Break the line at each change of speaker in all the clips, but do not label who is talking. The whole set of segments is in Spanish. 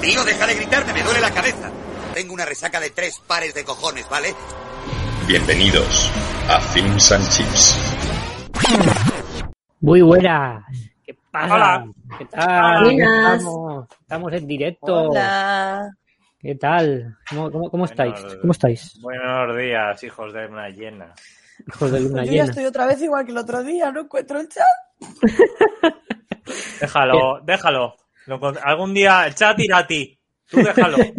Tío, deja de gritarme, me duele la cabeza. Tengo una resaca de tres pares de cojones, ¿vale?
Bienvenidos a Films and Chips.
Muy buenas. ¿Qué pasa?
Hola.
¿Qué tal?
Buenas.
Estamos, estamos en directo.
Hola.
¿Qué tal? ¿Cómo, cómo, cómo estáis?
Bueno,
¿Cómo estáis?
Buenos días, hijos de una llena.
Hijos de luna
Yo ya
llena.
estoy otra vez igual que el otro día, no encuentro el chat.
Déjalo, déjalo. Lo encont- algún día el chat irá a ti. Tú déjalo. Si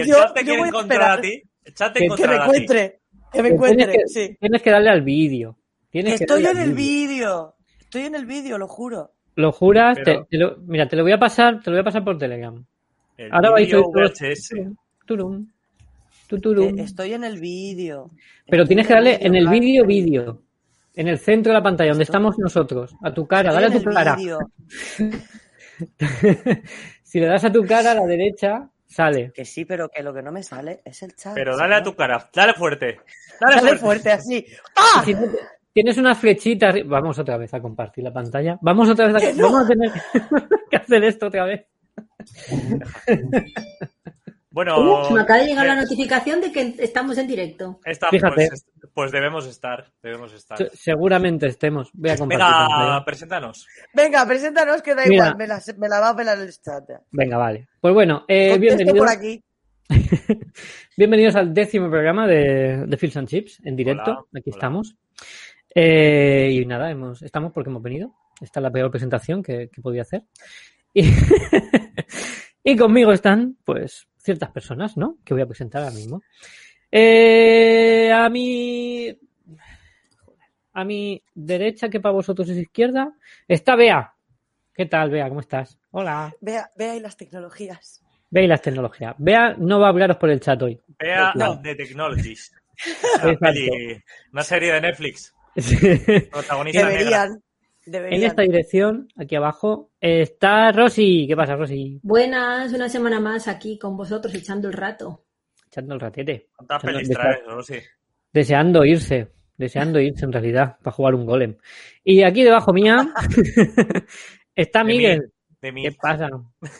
el
Yo-
chat te
yo
quiere
voy a
encontrar a,
esperar.
ti, el chat te
Que-
Que me
encontrará a ti.
encuentre, que me
Pero tienes
encuentre,
que-
sí.
Tienes que darle al vídeo. Tienes que
Estoy
darle
en
al
el vídeo, estoy en el vídeo, lo juro.
Lo juras, te-
Pero-
te lo- mira, te lo voy a pasar, te lo voy a pasar por Telegram.
El
Ahora vais a
vídeo
ir todos-
VHS.
Turum,
Que
tuturum.
Eh, Estoy en el vídeo.
Pero
Estoy
tienes que
en el
darle en el
claro.
vídeo, vídeo. En el centro de la pantalla, donde
Estoy-
estamos nosotros. A tu cara,
Estoy
dale a
en
tu
el
cara.
vídeo.
si le das a tu cara a la derecha, sale.
Que sí, pero que lo que no me sale es el chat.
Pero dale a tu cara, dale fuerte. Dale,
cara. Dale
fuerte.
fuerte, así. ¡Ah!
Si no te- tienes una flechita arri- Vamos otra vez a compartir la pantalla. Vamos otra vez a...
Que no.
Vamos a tener que hacer esto otra vez.
Bueno,
Uh, Me acaba de llegar la
eh,
notificación de que estamos en directo.
esta-
Fíjate.
Pues, est- pues debemos estar, debemos estar.
Se- Seguramente estemos. Voy a compartir
Venga,
pantalla.
preséntanos.
Venga, preséntanos que da
Mira.
igual, me la, me la va a pelar el chat.
Venga, vale. Pues bueno, eh,
Contesto
bienvenidos,
por aquí.
bienvenidos al décimo programa de, de Fields and Chips en directo.
Hola,
Aquí
hola.
estamos. Eh, y nada, hemos, estamos porque hemos venido. Esta es la peor presentación que, que podía hacer. Y, y conmigo están, pues, ciertas personas, ¿no? Que voy a presentar ahora mismo. Eh, a mi. A mi derecha, que para vosotros es izquierda, está Bea. ¿Qué tal, Bea? ¿Cómo estás? Hola.
Vea, vea ahí las tecnologías.
Bea y las tecnologías. Bea no va a hablaros por el chat hoy.
Vea
No.
The Technologies. Una,
Exacto.
peli- una serie de Netflix. Protagonista negra.
Deberían.
En
Deberían.
esta dirección, aquí abajo, está Rosy. ¿Qué pasa, Rosy?
Buenas, una semana más aquí con vosotros echando el rato.
Echando el ratete.
¿Cuántas
Echando-
pelis traes, Rosy?
Deseando irse. Deseando irse, en realidad, para jugar un golem. Y aquí debajo mía está
De mí.
Miguel.
De mí.
¿Qué pasa?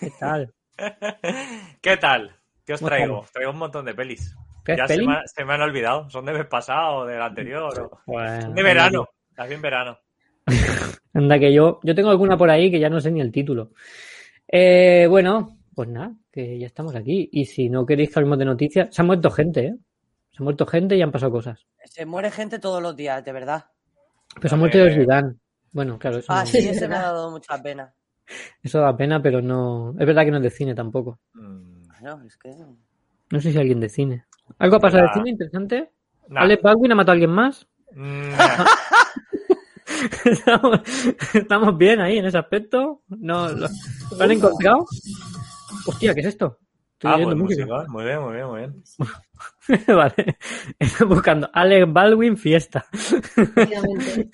¿Qué tal?
¿Qué tal? ¿Qué os
¿Cómo
traigo?
estamos?
Os Traigo un montón de pelis.
¿Qué
ya
es peli?
Se, me, ha- se me han olvidado. Son de mes pasado, del anterior. o-
Bueno,
De verano. También verano.
Anda que yo, yo tengo alguna por ahí que ya no sé ni el título. Eh, bueno, pues nada, que ya estamos aquí. Y si no queréis que hablemos de noticias, se ha muerto gente, ¿eh? Se ha muerto gente y han pasado cosas.
Se muere gente todos los días, de verdad.
Pero se ha muerto
Eh,
el Zidane. Bueno, claro, eso,
Ah,
no-
sí,
es
ese me ha
verdad.
dado mucha pena.
eso da pena, pero no. Es verdad que no es de cine tampoco.
Mm,
Bueno, es que...
No sé si alguien de cine. ¿Algo ha pasado de
Ah.
cine interesante?
nah.
¿Alec Baldwin ha matado a alguien más?
Mm, nah.
estamos, estamos bien ahí en ese aspecto. No, lo, ¿lo han encontrado? Hostia, ¿qué es esto? Estoy
Ah,
oyendo
pues
música.
musical. Muy bien, muy bien, muy bien.
vale. Estoy buscando Alec Baldwin fiesta.
efectivamente.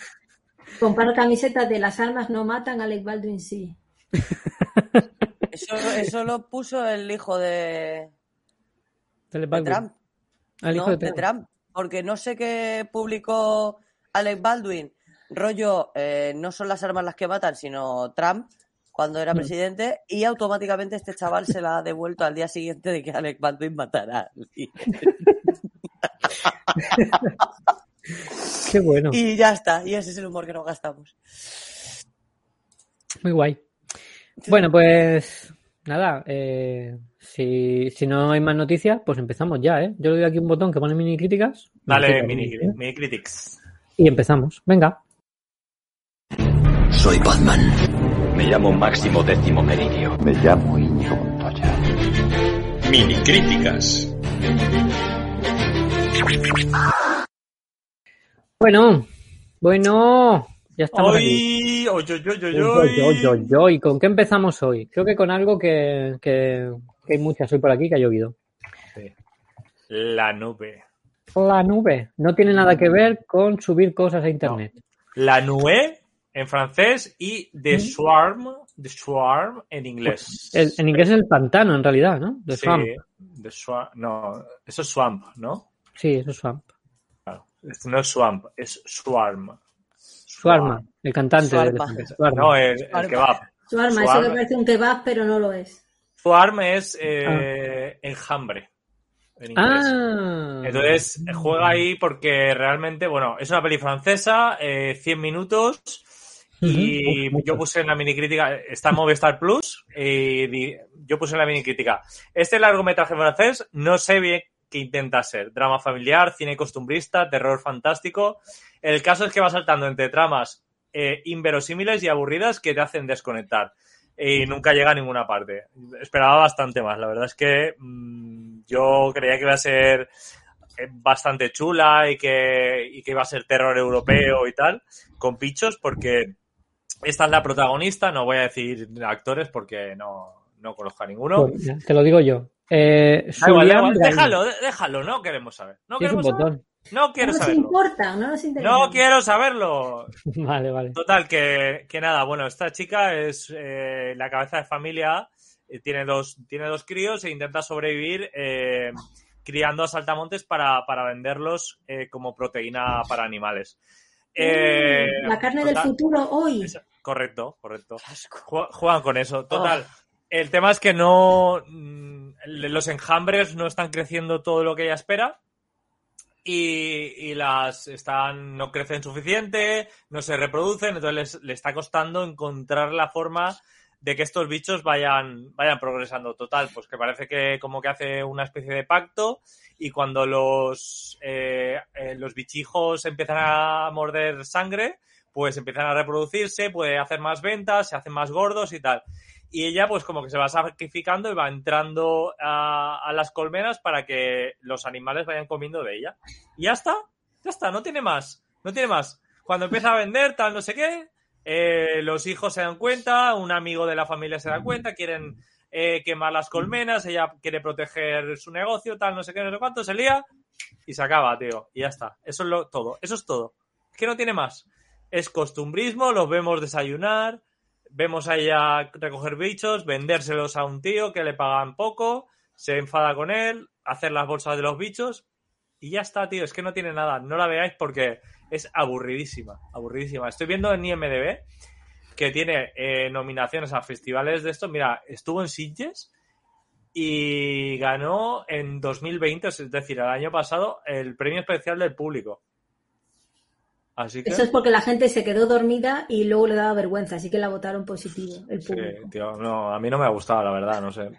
Comprar camisetas de las almas no matan, Alec Baldwin sí.
Eso, eso lo puso el hijo de,
Alec
de
Baldwin.
Trump.
Al hijo
¿no?
de
De
Trump.
Trump. Porque no sé qué publicó Alec Baldwin. Rollo, eh, no son las armas las que matan, sino Trump cuando era
Mm.
presidente. Y automáticamente este chaval se la ha devuelto al día siguiente de que Alec Baldwin matara. a alguien.
Qué bueno.
Y ya está. Y ese es el humor que nos gastamos.
Muy guay. Bueno, pues nada. eh, si, si no hay más noticias, pues empezamos ya, ¿eh? Yo le doy aquí un botón que pone mini críticas.
Dale,
Críticas,
mini,
¿eh?
mini critics.
Y empezamos. Venga.
Soy Batman.
Me llamo Máximo Décimo Meridio.
Me llamo Iñigo Montoya.
Mini críticas.
Bueno, bueno. Ya estamos aquí.
Hoy, hoy, hoy, hoy, hoy,
Oy, oy, oy,
hoy.
oy. ¿Con qué empezamos hoy? Creo que con algo que, que- que hay muchas hoy por aquí que ha llovido.
La nube.
La nube. No tiene nada que ver con subir cosas a internet.
La nube en francés y The Swarm, The Swarm en inglés.
El- en inglés es el pantano, en realidad, ¿no? The
Sí,
swamp.
The Swamp. No, eso es Swamp, ¿no?
Sí, eso es swamp.
Claro. Es- No es Swamp, es Swarm.
Swarma, el cantante.
Swarma.
de-
Swarm. No,
Swarma.
el, el
Swarm.
kebab.
Su arma,
Su
eso
arma.
que parece un kebab, pero no lo es.
Swarm es eh, enjambre. en inglés.
Ah.
Entonces juega ahí porque realmente, bueno, es una peli francesa, eh, 100 minutos. Y
Ujú.
yo puse en la mini crítica, está en Movistar Plus, y di- yo puse en la mini crítica. Este largometraje francés no sé bien qué intenta ser. Drama familiar, cine costumbrista, terror fantástico. El caso es que va saltando entre tramas eh, inverosímiles y aburridas que te hacen desconectar. Y nunca llega a ninguna parte. Esperaba bastante más. La verdad es que mm, yo creía que iba a ser eh, bastante chula y que, y que iba a ser terror europeo y tal, con pichos, porque esta es la protagonista, no voy a decir actores porque no, no conozco a ninguno.
Pues, ya, te lo digo yo. Eh,
Da igual,
Julián
da igual,
Brand.
Déjalo, dé- déjalo, no queremos saber. No,
Tienes un
queremos saber-
botón.
no quiero
No nos
saberlo.
importa, no nos interesa.
No quiero saberlo.
Vale, vale.
Total, que, que nada, bueno, esta chica es eh, la cabeza de familia, eh, tiene, dos, tiene dos críos e intenta sobrevivir eh, criando a saltamontes para, para venderlos eh, como proteína para animales. Eh,
Mm, la carne del
total-
futuro hoy.
Esa- Correcto, correcto. Ju- Juegan con eso. Total. El tema es que no. mm, Los enjambres no están creciendo todo lo que ella espera. Y, y las están. no crecen suficiente, no se reproducen, entonces les, le está costando encontrar la forma de que estos bichos vayan, vayan progresando. Total, pues que parece que como que hace una especie de pacto y cuando los, eh, eh, los bichijos empiezan a morder sangre, pues empiezan a reproducirse, puede hacer más ventas, se hacen más gordos y tal. Y ella, pues como que se va sacrificando y va entrando a, a las colmenas para que los animales vayan comiendo de ella. Y ya está, ya está, no tiene más, no tiene más. Cuando empieza a vender, tal, no sé qué, eh, los hijos se dan cuenta, un amigo de la familia se da cuenta, quieren eh, quemar las colmenas, ella quiere proteger su negocio, tal, no sé qué, no sé cuánto, se lía y se acaba, tío. Y ya está, eso es lo, todo, eso es todo. Es que no tiene más es costumbrismo, los vemos desayunar, vemos a ella recoger bichos, vendérselos a un tío que le pagan poco, se enfada con él, hacer las bolsas de los bichos y ya está, tío, es que no tiene nada, no la veáis porque es aburridísima, aburridísima. Estoy viendo en IMDB que tiene eh, nominaciones a festivales de esto, mira, estuvo en Sitges y ganó en 2020, es decir, el año pasado, el premio especial del público. Así que...
Eso es porque la gente se quedó dormida y luego le daba vergüenza, así que la votaron positivo, el
Sí,
público.
tío, no, a mí no me ha gustado, la verdad, no sé.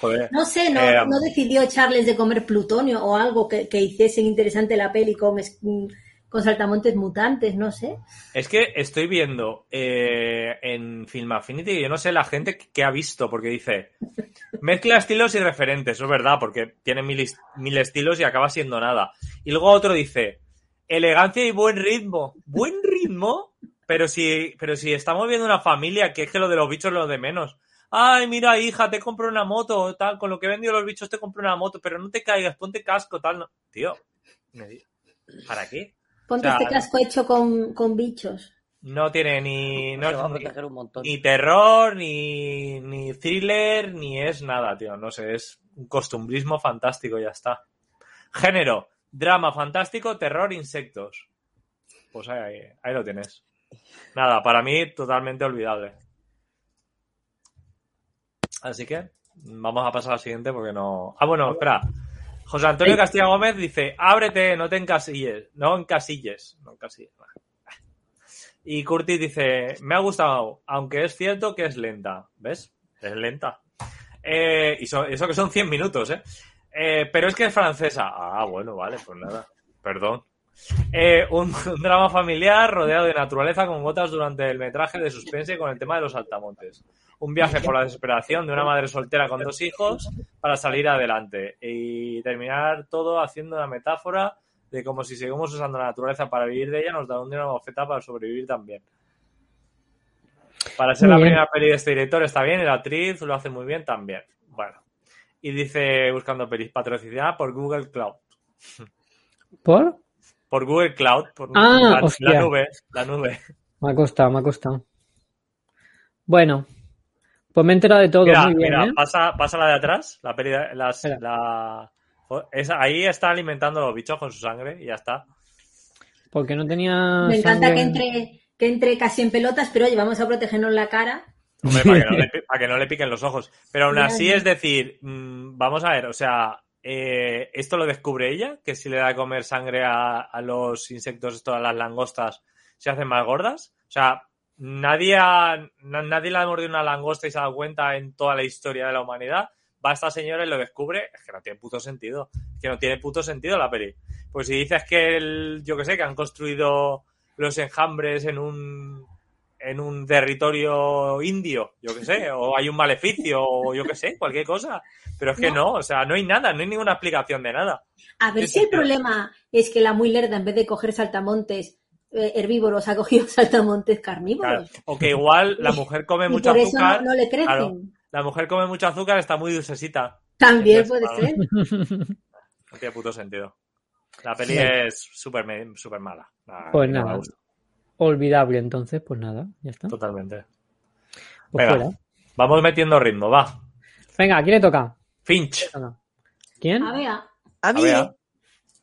Joder.
No sé, ¿no,
Eh,
no decidió echarles de comer plutonio o algo que, que hiciesen interesante la peli con, es- mm, con saltamontes mutantes? No sé.
Es que estoy viendo eh, en Film Affinity, que yo no sé la gente que que ha visto, porque dice, mezcla estilos y referentes, eso es verdad, porque tiene mil, est- mil estilos y acaba siendo nada. Y luego otro dice, elegancia y buen ritmo. ¿Buen ritmo? Pero si, pero si estamos viendo una familia, que es que lo de los bichos es lo de menos. Ay, mira, hija, te compro una moto, tal, con lo que he vendido los bichos te compro una moto, pero no te caigas, ponte casco, tal. no. Tío, me- ¿para qué?
Ponte
Claro.
este casco hecho con, con bichos.
No tiene ni, no,
se va a
ni-
proteger un montón.
ni terror, ni, ni thriller, ni es nada, tío. No sé, es un costumbrismo fantástico, ya está. Género, drama fantástico, terror, insectos. Pues ahí, ahí lo tienes. Nada, para mí totalmente olvidable. Así que vamos a pasar a la siguiente porque no. Ah, bueno, espera. José Antonio Castilla Gómez dice: ábrete, no te encasilles. No encasilles. No encasilles. Y Curtis dice, me ha gustado, aunque es cierto que es lenta. ¿Ves? Es lenta. Eh, y so- eso que son 100 minutos, ¿eh? Eh, Pero es que es francesa. Ah, bueno, vale, pues nada. Perdón. Eh, un, un drama familiar rodeado de naturaleza con gotas durante el metraje de suspense con el tema de los altamontes. Un viaje por la desesperación de una madre soltera con dos hijos para salir adelante y terminar todo haciendo una metáfora de como si seguimos usando la naturaleza para vivir de ella, nos da un día una bofeta para sobrevivir también. Para ser
Muy
la
bien.
primera peli de este director está bien, y la actriz lo hace muy bien también. Bueno. Y dice buscando pelis patrocinada por Google Cloud.
¿Por?
Por Google Cloud, por
Ah,
la- la,
hostia.
nube, la nube.
Me ha costado, me ha costado. Bueno, pues me he enterado de todo.
mira,
muy bien,
mira,
¿eh?
pasa, pasa la de atrás, la peli de- las-
Espera.
la- jo- esa- ahí está alimentando los bichos con su sangre y ya está.
Porque no tenía.
Me encanta
sangre
que
en-
entre, que entre casi en pelotas, pero oye, vamos a protegernos la cara
Hombre, para, que no le, pi- para que no le piquen los ojos. Pero aún
Ya,
así,
ya.
es decir, mm, vamos a ver, o sea, eh, esto lo descubre ella, que si le da a comer sangre a, a los insectos, todas las langostas, se hacen más gordas. O sea, nadie, ha- na- nadie le ha mordido una langosta y se ha dado cuenta en toda la historia de la humanidad. Va esta señora y lo descubre, es que no tiene puto sentido. Es que no tiene puto sentido la peli. Pues si dices que, el, yo que sé, que han construido los enjambres en un en un territorio indio, yo que sé, o hay un maleficio, o yo que sé, cualquier cosa. Pero es que no, o sea, no hay nada, no hay ninguna explicación de nada.
A ver
Sí,
si el
sí.
problema es que la muy lerda, en vez de coger saltamontes eh, herbívoros, ha cogido saltamontes
Claro.
carnívoros.
O que igual la mujer come
Y
mucho
por eso no-
azúcar,
no, le crecen.
claro. la mujer come mucho azúcar, está muy dulcecita.
También
Entonces,
puede
claro.
ser.
No tiene puto sentido. La peli
Sí.
es súper me- súper mala. Ah,
Pues
no
nada.
me gusta,
Olvidable, entonces, pues nada, ya está. Pues
Totalmente. Venga.
fuera.
Vamos metiendo ritmo, va.
Venga, ¿a quién le toca?
Finch.
Venga. ¿Quién?
A ver, a-
A mí,
Vea.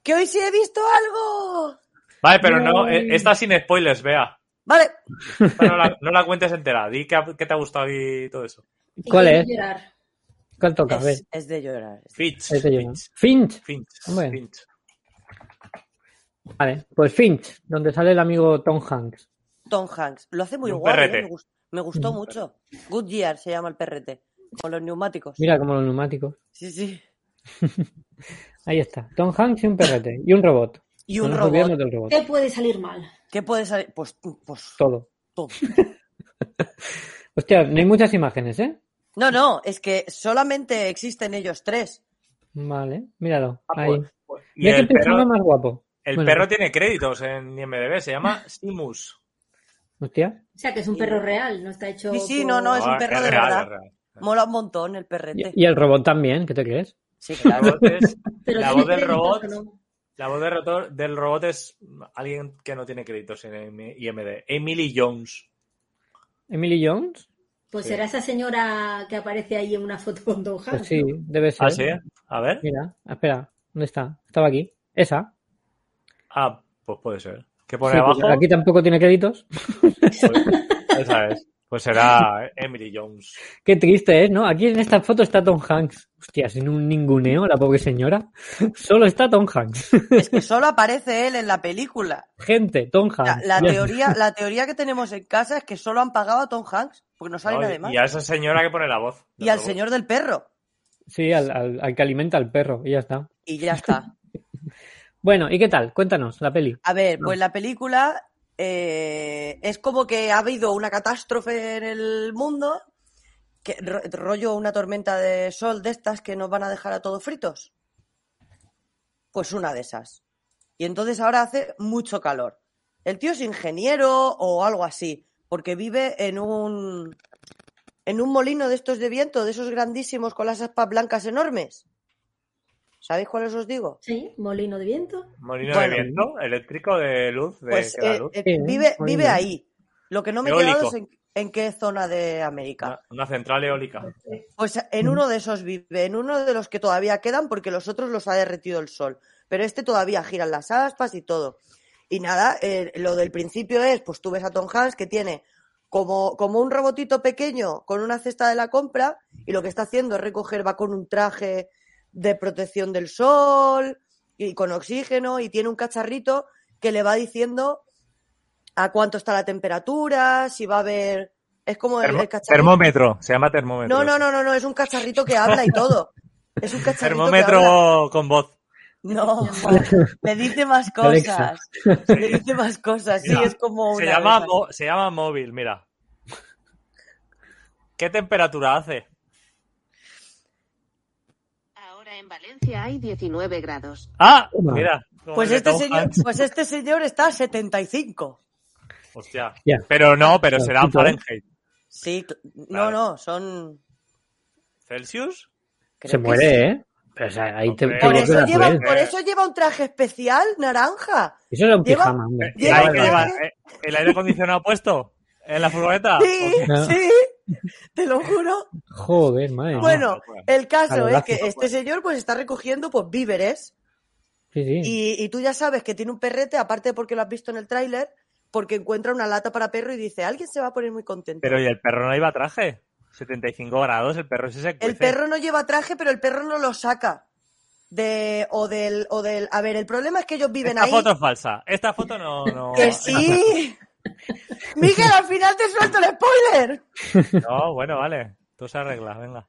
que hoy sí he visto algo.
Vale, pero no, eh, esta sin spoilers, vea.
Vale,
Esta no la, no la cuentes entera. Di qué, ha- qué te ha gustado y todo eso.
¿Cuál
quiero
es?
llorar.
¿Cuál toca? A ver.
es, es de llorar.
Finch.
ahí te llevo.
Finch.
Finch.
Finch.
Hombre.
Finch.
Vale, pues Finch, donde sale el amigo Tom Hanks.
Tom Hanks. Lo hace muy
Y un
guay. ¿eh?
perrete.
Me, gust- me gustó
Un
mucho. Goodyear se llama el perrete. Con los neumáticos.
Mira como los neumáticos.
Sí, sí.
Ahí está. Tom Hanks y un perrete. Y un robot.
Y un
no nos olvidemos
robot.
del robot.
¿Qué puede salir mal?
¿Qué puede salir? Pues, pues
Todo.
todo.
Hostia, no hay muchas imágenes, ¿eh?
No, no, es que solamente existen ellos tres.
Vale, míralo.
Ah,
Ahí.
pues- pues- Y
Mira que
el
persona
perro,
más guapo.
el
Bueno,
perro tiene créditos en IMDB, se llama Simus.
Hostia.
O sea, que es un
Sí.
perro real, no está hecho.
Sí, sí,
por-
no, no, es un
Ah,
perro
es
de
real,
verdad.
es real.
Mola un montón el perrete.
Y, y el robot también, ¿qué te crees?
Sí,
El
claro.
robot es-
Pero
La
tiene
voz del
créditos,
robot.
¿no?
la voz del rotor- del robot es alguien que no tiene créditos en IMDB. Emily Jones.
Emily Jones.
Pues
Sí.
será esa señora que aparece ahí en una foto con Don Hanks.
Pues sí,
¿no?
debe ser.
Ah, sí. A ver.
Mira, espera, ¿dónde está? Estaba aquí. Esa.
Ah, pues puede ser. ¿Qué pone
Sí,
abajo?
pues aquí tampoco tiene créditos.
Pues, esa es. Pues será Emily Jones.
Qué triste es, ¿no? Aquí en esta foto está Tom Hanks. Hostia, sin un ninguneo, la pobre señora. Solo está Tom Hanks.
Es que solo aparece él en la película.
Gente, Tom
La,
Hanks.
la
Ah, Ya.
teoría, la teoría que tenemos en casa es que solo han pagado a Tom Hanks, porque no sale
¿no?
nadie
Y-
más.
Y a esa señora que pone la voz. del
Y al
robot.
señor del perro.
Sí, al, al- al que alimenta al perro y ya está.
Y ya está.
Bueno, ¿y qué tal? Cuéntanos, la peli.
A ver, pues la película eh, es como que ha habido una catástrofe en el mundo, que ro- rollo una tormenta de sol de estas que nos van a dejar a todos fritos. Pues una de esas. Y entonces ahora hace mucho calor. El tío es ingeniero o algo así, porque vive en un en un molino de estos de viento, de esos grandísimos con las aspas blancas enormes. ¿Sabéis cuáles os digo?
Sí, molino de viento.
Molino
Bueno.
de viento, eléctrico de luz, de
Pues
que da
eh,
luz.
eh,
Sí,
vive,
muy
vive
bien.
ahí. Lo que no me he
Eólico. Ah,
quedado es en, en qué zona de
Una,
América.
una central eólica.
Pues en uno de esos vive, en uno de los que todavía quedan porque los otros los ha derretido el sol. Pero este todavía giran las aspas y todo. Y nada, eh, lo del principio es, pues tú ves a Tom Hanks que tiene como, como un robotito pequeño con una cesta de la compra y lo que está haciendo es recoger, va con un traje de protección del sol y con oxígeno y tiene un cacharrito que le va diciendo a cuánto está la temperatura, si va a haber... Es como el,
Termo-
el cacharrito.
termómetro, se llama termómetro.
No, no, no, no, no, es un cacharrito que habla y todo. Es un cacharrito que habla.
Termómetro con voz.
No, le dice más cosas. Le dice más cosas, sí,
Mira,
es como una
Se llama,
cosa.
mo- se llama móvil, mira. ¿Qué temperatura hace?
Ahora en Valencia hay 19 grados.
Ah,
Toma.
mira.
Pues
Hombre,
este
Tom
señor,
Hanks.
pues este señor está a 75.
Hostia.
Ya.
Pero no, pero
Claro,
será
sí, claro.
Fahrenheit.
Sí, t- no,
Vale.
no, son
¿Celsius?
creo
Se
que
muere,
sí.
¿eh? Pero, o sea, ahí te, te
Hombre.
Por
Creo
vuelve
eso,
la
lleva,
pared.
por eso lleva un traje especial naranja.
Eso era un
lleva-
pijama, hombre.
¿El aire, que
Vale.
lleva- eh, ¿El aire acondicionado puesto? ¿En la furgoneta?
Sí,
¿O qué?
No.
sí, te lo juro.
Joder, madre. mía.
Bueno,
locura.
el caso es
Calorazo.
que este señor pues está recogiendo pues víveres
Sí, sí.
Y, y tú ya sabes que tiene un perrete, aparte porque lo has visto en el tráiler, porque encuentra una lata para perro y dice, alguien se va a poner muy contento.
Pero ¿y el perro no iba a traje? 75 grados, el perro ese se
El
cuece.
perro no lleva traje, pero el perro no lo saca. De, o del, o del, a ver, el problema es que ellos viven
Esta
ahí.
foto es falsa. Esta foto no... no
¡Que sí! Miguel, al final te suelto el spoiler.
No, bueno, vale. Tú se arreglas, venga.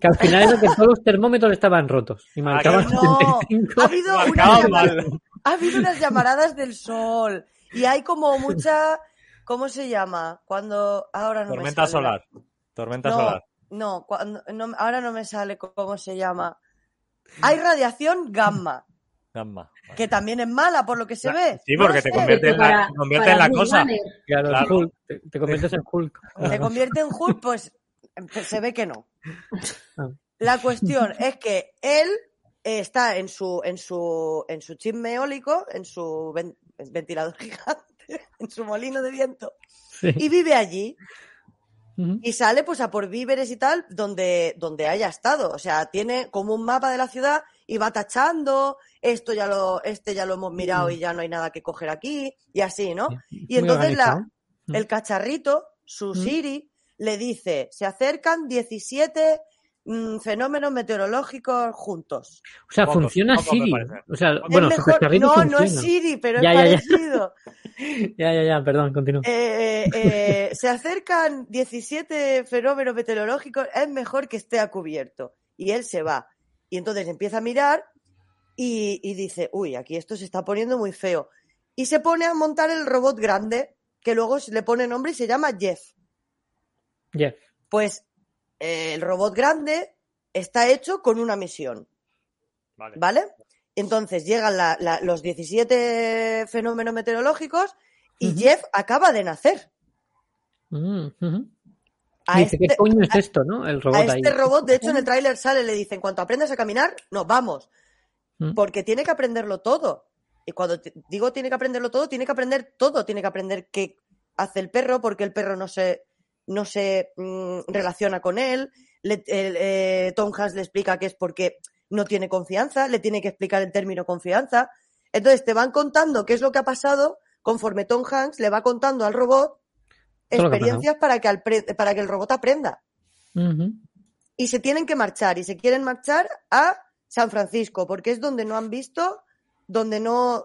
Que al final era que todos los termómetros estaban rotos y marcaban
Ah, No,
75.
Ah, ha habido, unas
Marcaba
llamar-
mal.
ha habido unas llamaradas del sol y hay como mucha, ¿cómo se llama? Cuando ahora no me
Tormenta
sale la-
solar. Tormenta
No,
solar.
No, cuando, no, ahora no me sale co- cómo se llama. Hay radiación gamma,
Gamma. Vale.
que también es mala por lo que
La-
se ve.
sí, porque
No
te
sé,
Eh, convierte en la, te convierte en la cosa.
Claro,
Claro.
Hulk, te, te conviertes en Hulk.
Te convierte en Hulk, pues se ve que no.
Ah.
La cuestión es que él eh, está en su, en su, en su chisme eólico, en su ven- ventilador gigante, en su molino de viento,
Sí.
y vive allí.
Ujú.
Y sale pues a por víveres y tal, donde, donde haya estado. O sea, tiene como un mapa de la ciudad y va tachando, esto ya lo, este ya lo hemos mirado y ya no hay nada que coger aquí, y así, ¿no? Y
Mm. Muy
entonces la-
organizado. Mm.
el cacharrito, su Siri, le dice, se acercan 17 mm, fenómenos meteorológicos juntos.
O sea,
Poco,
funciona
poco me
Siri.
parece.
O sea,
Es
bueno,
mejor-
supercarrito
No,
funciona.
no es Siri, pero
Ya,
es
ya, ya.
parecido.
Ya, ya, ya, perdón, continúa.
Eh, eh, se acercan 17 fenómenos meteorológicos, es mejor que esté a cubierto. Y él se va. Y entonces empieza a mirar y, y dice, uy, aquí esto se está poniendo muy feo. Y se pone a montar el robot grande, que luego se le pone nombre y se llama Jeff.
Jeff.
Pues eh, el robot grande está hecho con una misión,
Vale.
¿vale? Entonces llegan la- la- los 17 fenómenos meteorológicos y
Ujú.
Jeff acaba de nacer.
Mm, ujú.
A
Dice, ¿qué
este-
coño es
a-
esto, no? El robot
a este
ahí.
robot, de hecho, en el tráiler sale, le dicen, cuando aprendas a caminar, nos vamos.
Mm.
Porque tiene que aprenderlo todo. Y cuando te- digo tiene que aprenderlo todo, tiene que aprender todo. Tiene que aprender qué hace el perro, porque el perro no se, no se mm, relaciona con él. Le- el, eh, Tom Hanks le explica que es porque no tiene confianza, le tiene que explicar el término confianza. Entonces te van contando qué es lo que ha pasado conforme Tom Hanks le va contando al robot
Todo lo que ha
experiencias para que, al pre- para que el robot aprenda
Ujú.
y se tienen que marchar y se quieren marchar a San Francisco porque es donde no han visto, donde no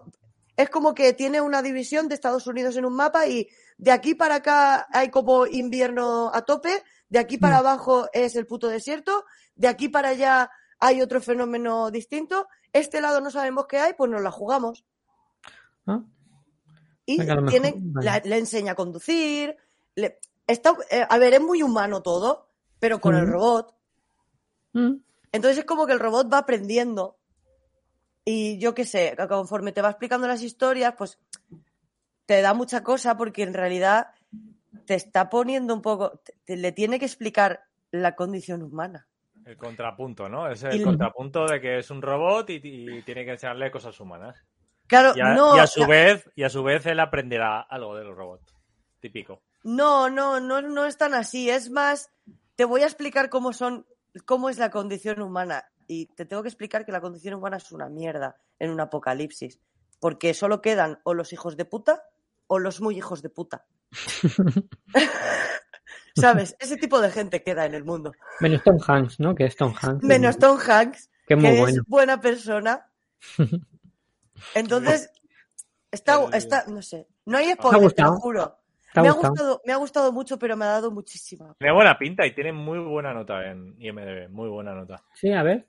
es como que tiene una división de Estados Unidos en un mapa y de aquí para acá hay como invierno a tope, de aquí para
Mm.
abajo es el puto desierto, de aquí para allá hay otro fenómeno distinto, este lado no sabemos qué hay, pues nos la jugamos.
Ah,
Y
Venga, a lo mejor,
tiene,
vale.
la- le enseña a conducir. le- está, eh, a ver, es muy humano todo, pero con el
Ujú.
robot.
mm.
Entonces es como que el robot va aprendiendo. Y yo qué sé, conforme te va explicando las historias, pues te da mucha cosa porque en realidad te está poniendo un poco, te- te- le tiene que explicar la condición humana.
El contrapunto, ¿no? Es el
Y-
contrapunto de que es un robot y, y tiene que enseñarle cosas humanas.
Claro,
Y a,
no,
y a su
la-
vez, y a su vez él aprenderá algo de los robots. Típico.
no, no, no, no es tan así. Es más, te voy a explicar cómo son, cómo es la condición humana. Y te tengo que explicar que la condición humana es una mierda en un apocalipsis. Porque solo quedan o los hijos de puta o los muy hijos de puta. ¿Sabes? Ese tipo de gente queda en el mundo.
Menos Tom Hanks, ¿no? Que es Tom Hanks.
Menos Tom Hanks,
Que es muy
que
bueno.
es buena persona. Entonces, está, está, no sé, no hay spoiler, te
gustado?
lo juro.
¿Te ha
me, ha
gustado?
gustado, me ha gustado mucho, pero me ha dado muchísima.
Tiene buena pinta y tiene muy buena nota en IMDB. Muy buena nota.
Sí, a ver.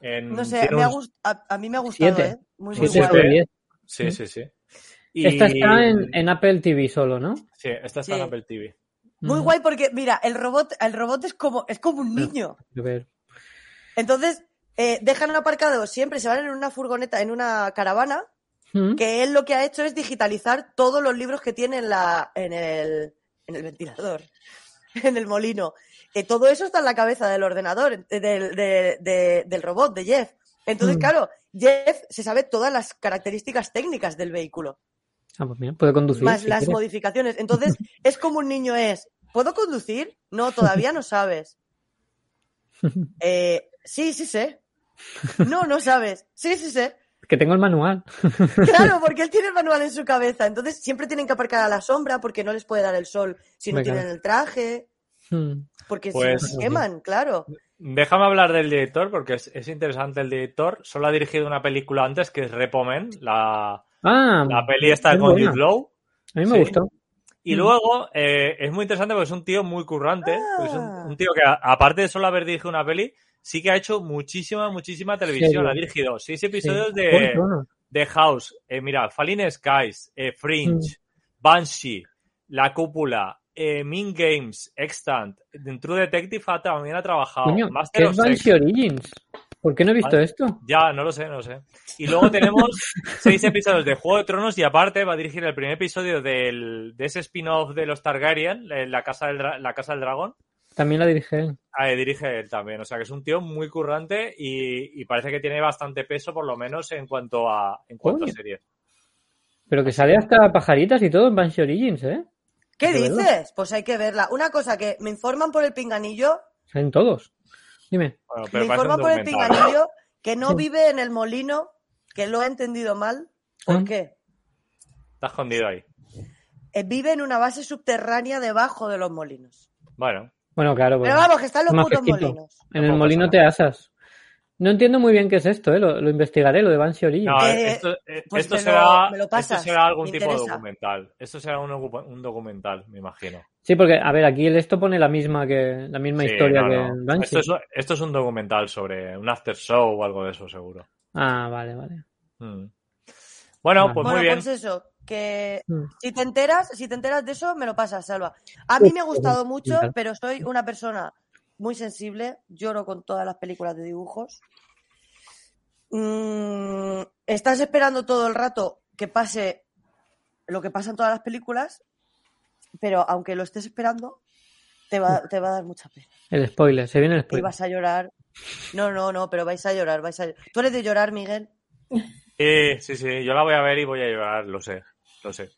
En-
No sé,
Mm, tiene
me ha
un-
gust- a, a mí me ha gustado,
Siete.
¿eh? Muy, muy
Siete
Siete.
guay.
sobre diez.
Sí, sí, sí. Y-
Pues este, Esta está en, en Apple TV solo, ¿no? Mm,
Sí, esta está en
Sí.
Apple TV.
Muy
Ujú.
guay porque, mira, el robot, el robot es como, es como un niño.
A ver.
Entonces, eh, dejan aparcado siempre, se van en una furgoneta, en una caravana,
Mm.
que él lo que ha hecho es digitalizar todos los libros que tiene en, la, en, el, en el ventilador, en el molino. Que todo eso está en la cabeza del ordenador, eh, del, de- de- del robot, de Jeff. Entonces,
Mm.
claro, Jeff se sabe todas las características técnicas del vehículo,
Ah, pues mira, puede conducir.
más
si
las
quiere.
modificaciones. Entonces, es como un niño es, ¿puedo conducir? No, todavía no sabes. Eh, sí, sí sé. No, no sabes. Sí, sí sé.
Que tengo el manual.
Claro, porque él tiene el manual en su cabeza. Entonces siempre tienen que aparcar a la sombra porque no les puede dar el sol si no
Venga.
tienen el traje,
Hmm.
porque
Pues-
se los queman, claro.
Déjame hablar del director porque es, es interesante el director. Solo ha dirigido una película antes que es Repomen, la,
Ah,
la peli esta
es
con
buena.
Jude Law.
a mí me
sí.
gustó.
Y
Mm.
luego eh, es muy interesante porque es un tío muy currante.
Ah.
es un, un tío que, a- aparte de solo haber dirigido una peli, sí que ha hecho muchísima, muchísima televisión.
Serio.
Ha dirigido seis
Sí.
episodios
Bueno,
de,
bueno.
de House. Eh, mira, Falling Skies, eh, Fringe,
Mm.
Banshee, La Cúpula, eh, Mean Games, Extant, True Detective ha- también ha trabajado.
Coño,
Master
¿qué
of
es
Sex.
Banshee Origins? ¿Por qué no he visto
Vale.
esto?
Ya, no lo sé, no lo sé. Y luego tenemos seis episodios de Juego de Tronos y aparte va a dirigir el primer episodio del, de ese spin-off de los Targaryen, eh, la casa del, Dra- la casa del dragón.
También la dirige él.
Ah, eh, dirige él también, o sea que es un tío muy currante y, y parece que tiene bastante peso, por lo menos en cuanto a, en cuanto a
Coño.
series.
Pero que sale hasta pajaritas y todo en Banshee Origins, ¿eh?
¿Qué
¿De verdad?
dices? Pues hay que verla. Una cosa que me informan por el pinganillo,
Salen todos. Dime.
Bueno,
me
pero parece
informan
un
por el
documental.
pinganillo que no
Sí.
vive en el molino, que lo he entendido mal. ¿Por
Ah.
qué?
Está escondido ahí.
Eh, vive en una base subterránea debajo de los molinos.
Bueno,
Bueno, claro.
Pero
bueno.
vamos, que están los
Pues Más
putos
fresquito.
molinos.
En el
Tampoco
molino
pasa
te asas. No entiendo muy bien qué es esto, ¿eh? Lo, lo investigaré, lo de Banshee Origins.
no,
Eh,
esto, eh,
pues
esto
me lo-
será,
me lo
esto
pasas,
será algún
me
tipo de
interesa.
documental. Esto será un, docu- un documental, me imagino.
Sí, porque, a ver, aquí el esto pone la misma que la misma
Sí,
historia
no,
que
no.
en Banshee.
Esto es, esto es un documental sobre un after show o algo de eso, seguro.
Ah, vale, vale.
Mm. Bueno,
Vale.
pues
bueno,
muy bien.
pues eso, que
Mm.
si te enteras, si te enteras de eso, me lo pasas, Salva. A mí
Uf,
me ha gustado
me
mucho,
encanta.
pero soy una persona muy sensible, lloro con todas las películas de dibujos. Mm, estás esperando todo el rato que pase lo que pasa en todas las películas, pero aunque lo estés esperando, te va, te va a dar mucha pena.
El spoiler, se viene el
Y
spoiler.
vas a llorar. No, no, no, pero vais a llorar, vais a ¿Tú eres de llorar, Miguel?
Sí, sí, sí. Yo la voy a ver y voy a llorar, lo sé. Lo sé.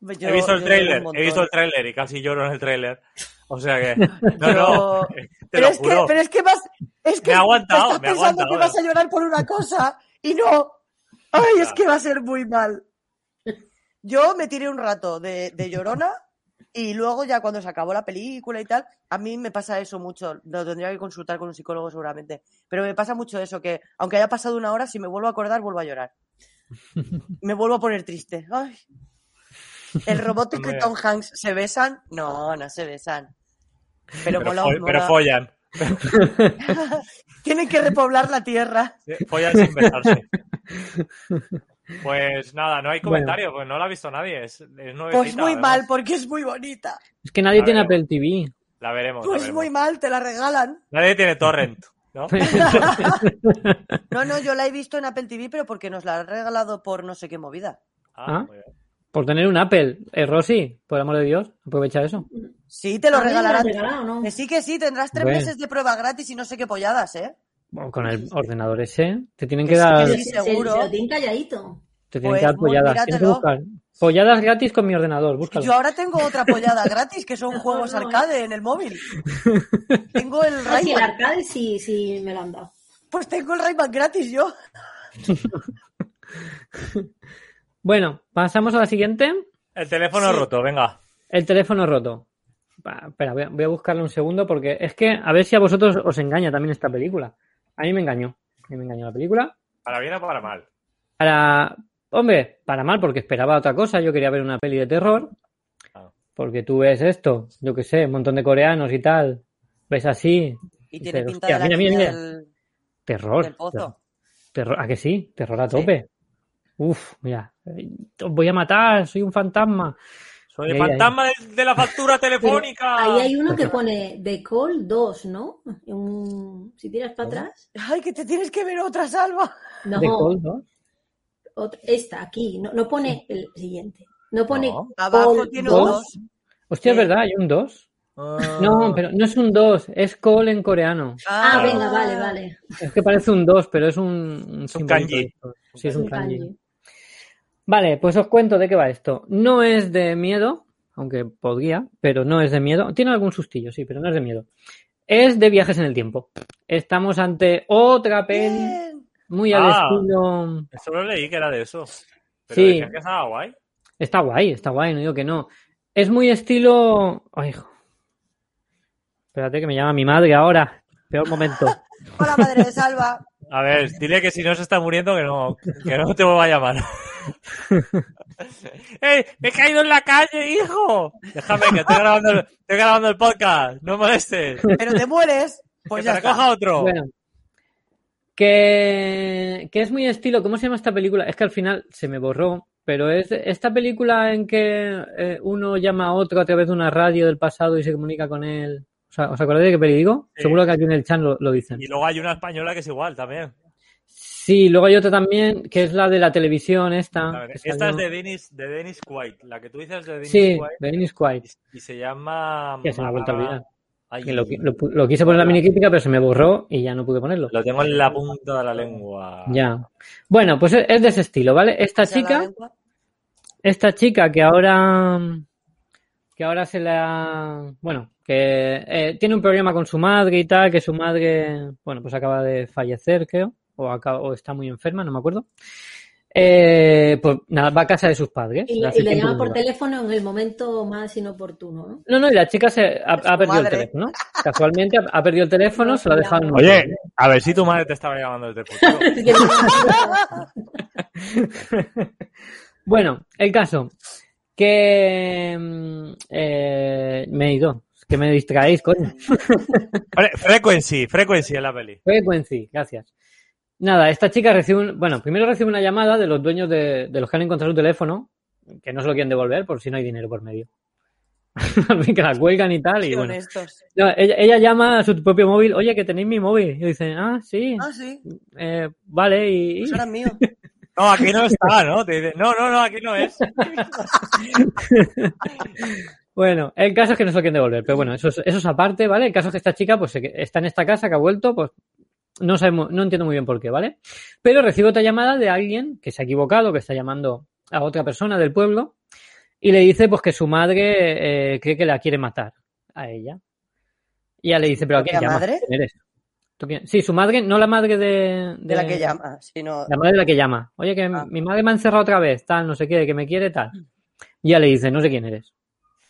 Yo-
he visto el
yo lloro un
tráiler, he
montón.
visto el tráiler y casi lloro en el tráiler. O sea que. No, no.
Pero-
Te
pero
lo
es
juro.
que, pero es que vas, es que
Me ha aguantado,
te estás
me ha
pensando
aguantado, eh.
que vas a llorar por una cosa y no. Ay, es
Ya.
que va a ser muy mal. Yo me tiré un rato de, de llorona y luego ya cuando se acabó la película y tal, a mí me pasa eso mucho. Lo tendría que consultar con un psicólogo seguramente. Pero me pasa mucho eso, que aunque haya pasado una hora, si me vuelvo a acordar, vuelvo a llorar. Me vuelvo a poner triste. Ay. El robot y
Hombre.
Tom Hanks se besan. No, no se besan. Pero,
Pero,
mola,
fo- pero
mola.
follan.
Tienen que repoblar la tierra.
Sí, Follan sin besarse. Pues nada, no hay
Bueno.
comentario, pues no la ha visto nadie. Es, es nuevecita,
Pues muy
además.
mal, porque es muy bonita.
Es que nadie
A
tiene
ver.
Apple TV.
La veremos. la
Pues
veremos.
muy mal, te la regalan.
Nadie tiene torrent, ¿no?
No, no, yo la he visto en Apple TV, pero porque nos la han regalado por no sé qué movida.
Ah,
Ah.
muy bien.
Por tener un Apple. Eh, Rosy, por amor de Dios, aprovecha eso.
Sí, te lo
A mí me lo han
regalarán.
regalado, ¿no?
Que sí, que sí, tendrás tres
Bueno.
meses de prueba gratis y no sé qué polladas, ¿eh?
Bueno, con el ordenador ese, te tienen
Que
que
sí,
dar,
que
Se-
sí.
se- se-
seguro.
Se lo tienen calladito.
te tienen
Pues,
que dar
muy,
polladas. Tienes que
míratelo.
buscar polladas gratis con mi ordenador, búscalo.
Yo ahora tengo otra pollada gratis, que son
No,
juegos
no, eh.
arcade en el móvil. Tengo el
Ah, sí, el
Rayman.
arcade sí, sí me lo han dado.
Pues tengo el Rayman gratis yo.
Bueno, pasamos a la siguiente.
El teléfono
Sí.
roto, venga.
El teléfono roto. Va, espera, voy a, voy a buscarlo un segundo porque es que a ver si a vosotros os engaña también esta película. A mí me engañó. A mí me engañó la película.
Para bien o para mal.
Para. Hombre, para mal, porque esperaba otra cosa. Yo quería ver una peli de terror.
Claro.
Porque tú ves esto, yo qué sé, un montón de coreanos y tal. Ves así.
Y
Dice,
tiene pinta
hostia,
de la
mira, mira,
niña
mira.
del,
Terror.
del pozo.
Terror, ¿a que sí? Terror a
Sí.
tope. Uf, mira. eh, Os voy a matar, soy un fantasma.
Soy el
Ahí, ahí.
fantasma de- de la factura
Pero
telefónica.
Ahí hay uno que pone The Call 2, ¿no? Un- Si tiras para atrás.
Ay, que te tienes que ver otra salva.
No,
De Cold, ¿no?
otra- esta aquí. No, no pone el siguiente. No pone.
No.
Abajo
Call
tiene un dos.
Hostia, es
Sí.
verdad, hay un 2.
Ah.
No, pero no es un 2, es Call en coreano.
Ah,
Ah.
venga, vale, vale.
Es que parece un 2, pero es un, un simbolito
kanji.
de esto. Sí, es un
Un
kanji.
kanji.
Vale, pues os cuento de qué va esto. No es de miedo, aunque podría, pero no es de miedo. Tiene algún sustillo, sí, pero no es de miedo. Es de viajes en el tiempo. Estamos ante otra peli
Bien.
muy al
Ah.
estilo.
Solo leí que era de eso. Pero
Sí.
decían que estaba guay.
Está guay, está guay, no digo que no. Es muy estilo. Ay, hijo. Espérate que me llama mi madre ahora. Peor momento.
Hola, madre de Salva.
A ver, dile que si no se está muriendo, que no, que no te vuelva a llamar. ¡Eh! ¡Me he caído en la calle, hijo! Déjame que estoy grabando el, estoy grabando el podcast. No molestes.
Pero te mueres. Pues
Pues
ya
ya
está.
recoja otro.
Bueno. Que, que es muy estilo. ¿Cómo se llama esta película? Es que al final se me borró. Pero es esta película en que eh, uno llama a otro a través de una radio del pasado y se comunica con él. O sea, ¿Os acordáis de qué peli digo?
Sí.
Seguro que aquí en el chat lo, lo dicen.
Y luego hay una española que es igual también.
Sí, luego hay otra también, que es la de la televisión esta.
A ver,
que
esta es
salió-
de Dennis, de Dennis White. La que tú dices de Dennis
pues Sí,
White.
de Dennis Quaid.
Y se llama.
Que se me ha vuelto a olvidar.
Ay,
Que lo, lo pu- lo quise poner en la mini crítica, pero se me borró y ya no pude ponerlo.
lo tengo en la punta de la lengua.
Ya. Bueno, pues es es de ese estilo, ¿vale? Esta chica, esta chica que ahora que ahora se la bueno, que eh, tiene un problema con su madre y tal, que su madre, bueno, pues acaba de fallecer, creo, o acaba- o está muy enferma, no me acuerdo. Eh, pues nada, va a casa de sus padres.
Y,
de
le-
hace
y le
tiempo
llama
que
por
no va.
teléfono en el momento más inoportuno, ¿no?
No, no, y la chica se ha, ha
su
perdido el
madre.
teléfono. Casualmente ha, ha perdido el teléfono, se lo ha dejado en un
Oye, a ver si tu madre te estaba llamando desde el futuro.
Es que-
Bueno, el caso. Que mm, eh, me he ido. Que me distraéis, coño.
Vale, Frequency, Frequency en la peli.
Frequency, gracias. Nada, esta chica recibe un. Bueno, primero recibe una llamada de los dueños de, de los que han encontrado su teléfono, que no se lo quieren devolver por si no hay dinero por medio. Así que la cuelgan y tal. Y bueno.
honestos.
No, ella, ella llama a su propio móvil, oye, que tenéis mi móvil. Y dice, ah, sí,
Ah, sí.
eh, vale, y.
Pues
y-
ahora es mío.
No, aquí no está, ¿no? Te dice, no, no, no, aquí no es.
Bueno, el caso es que no se lo quieren devolver, pero bueno, eso es, eso es aparte, ¿vale? El caso es que esta chica, pues, se que- está en esta casa que ha vuelto, pues, no sabemos, no entiendo muy bien por qué, ¿vale? Pero recibo otra llamada de alguien que se ha equivocado, que está llamando a otra persona del pueblo, y le dice, pues, que su madre eh, cree que la quiere matar a ella. Y ella le dice, pero ¿a quién
¿La
llamas?
madre?
¿Quién eres? ¿Tú quién? Sí, su madre, no la madre de...
De la que llama. Si no,
La madre de la que llama. Oye, que
Ah.
mi madre me ha encerrado otra vez, tal, no sé qué, que me quiere, tal. Y ya le dice, no sé quién eres.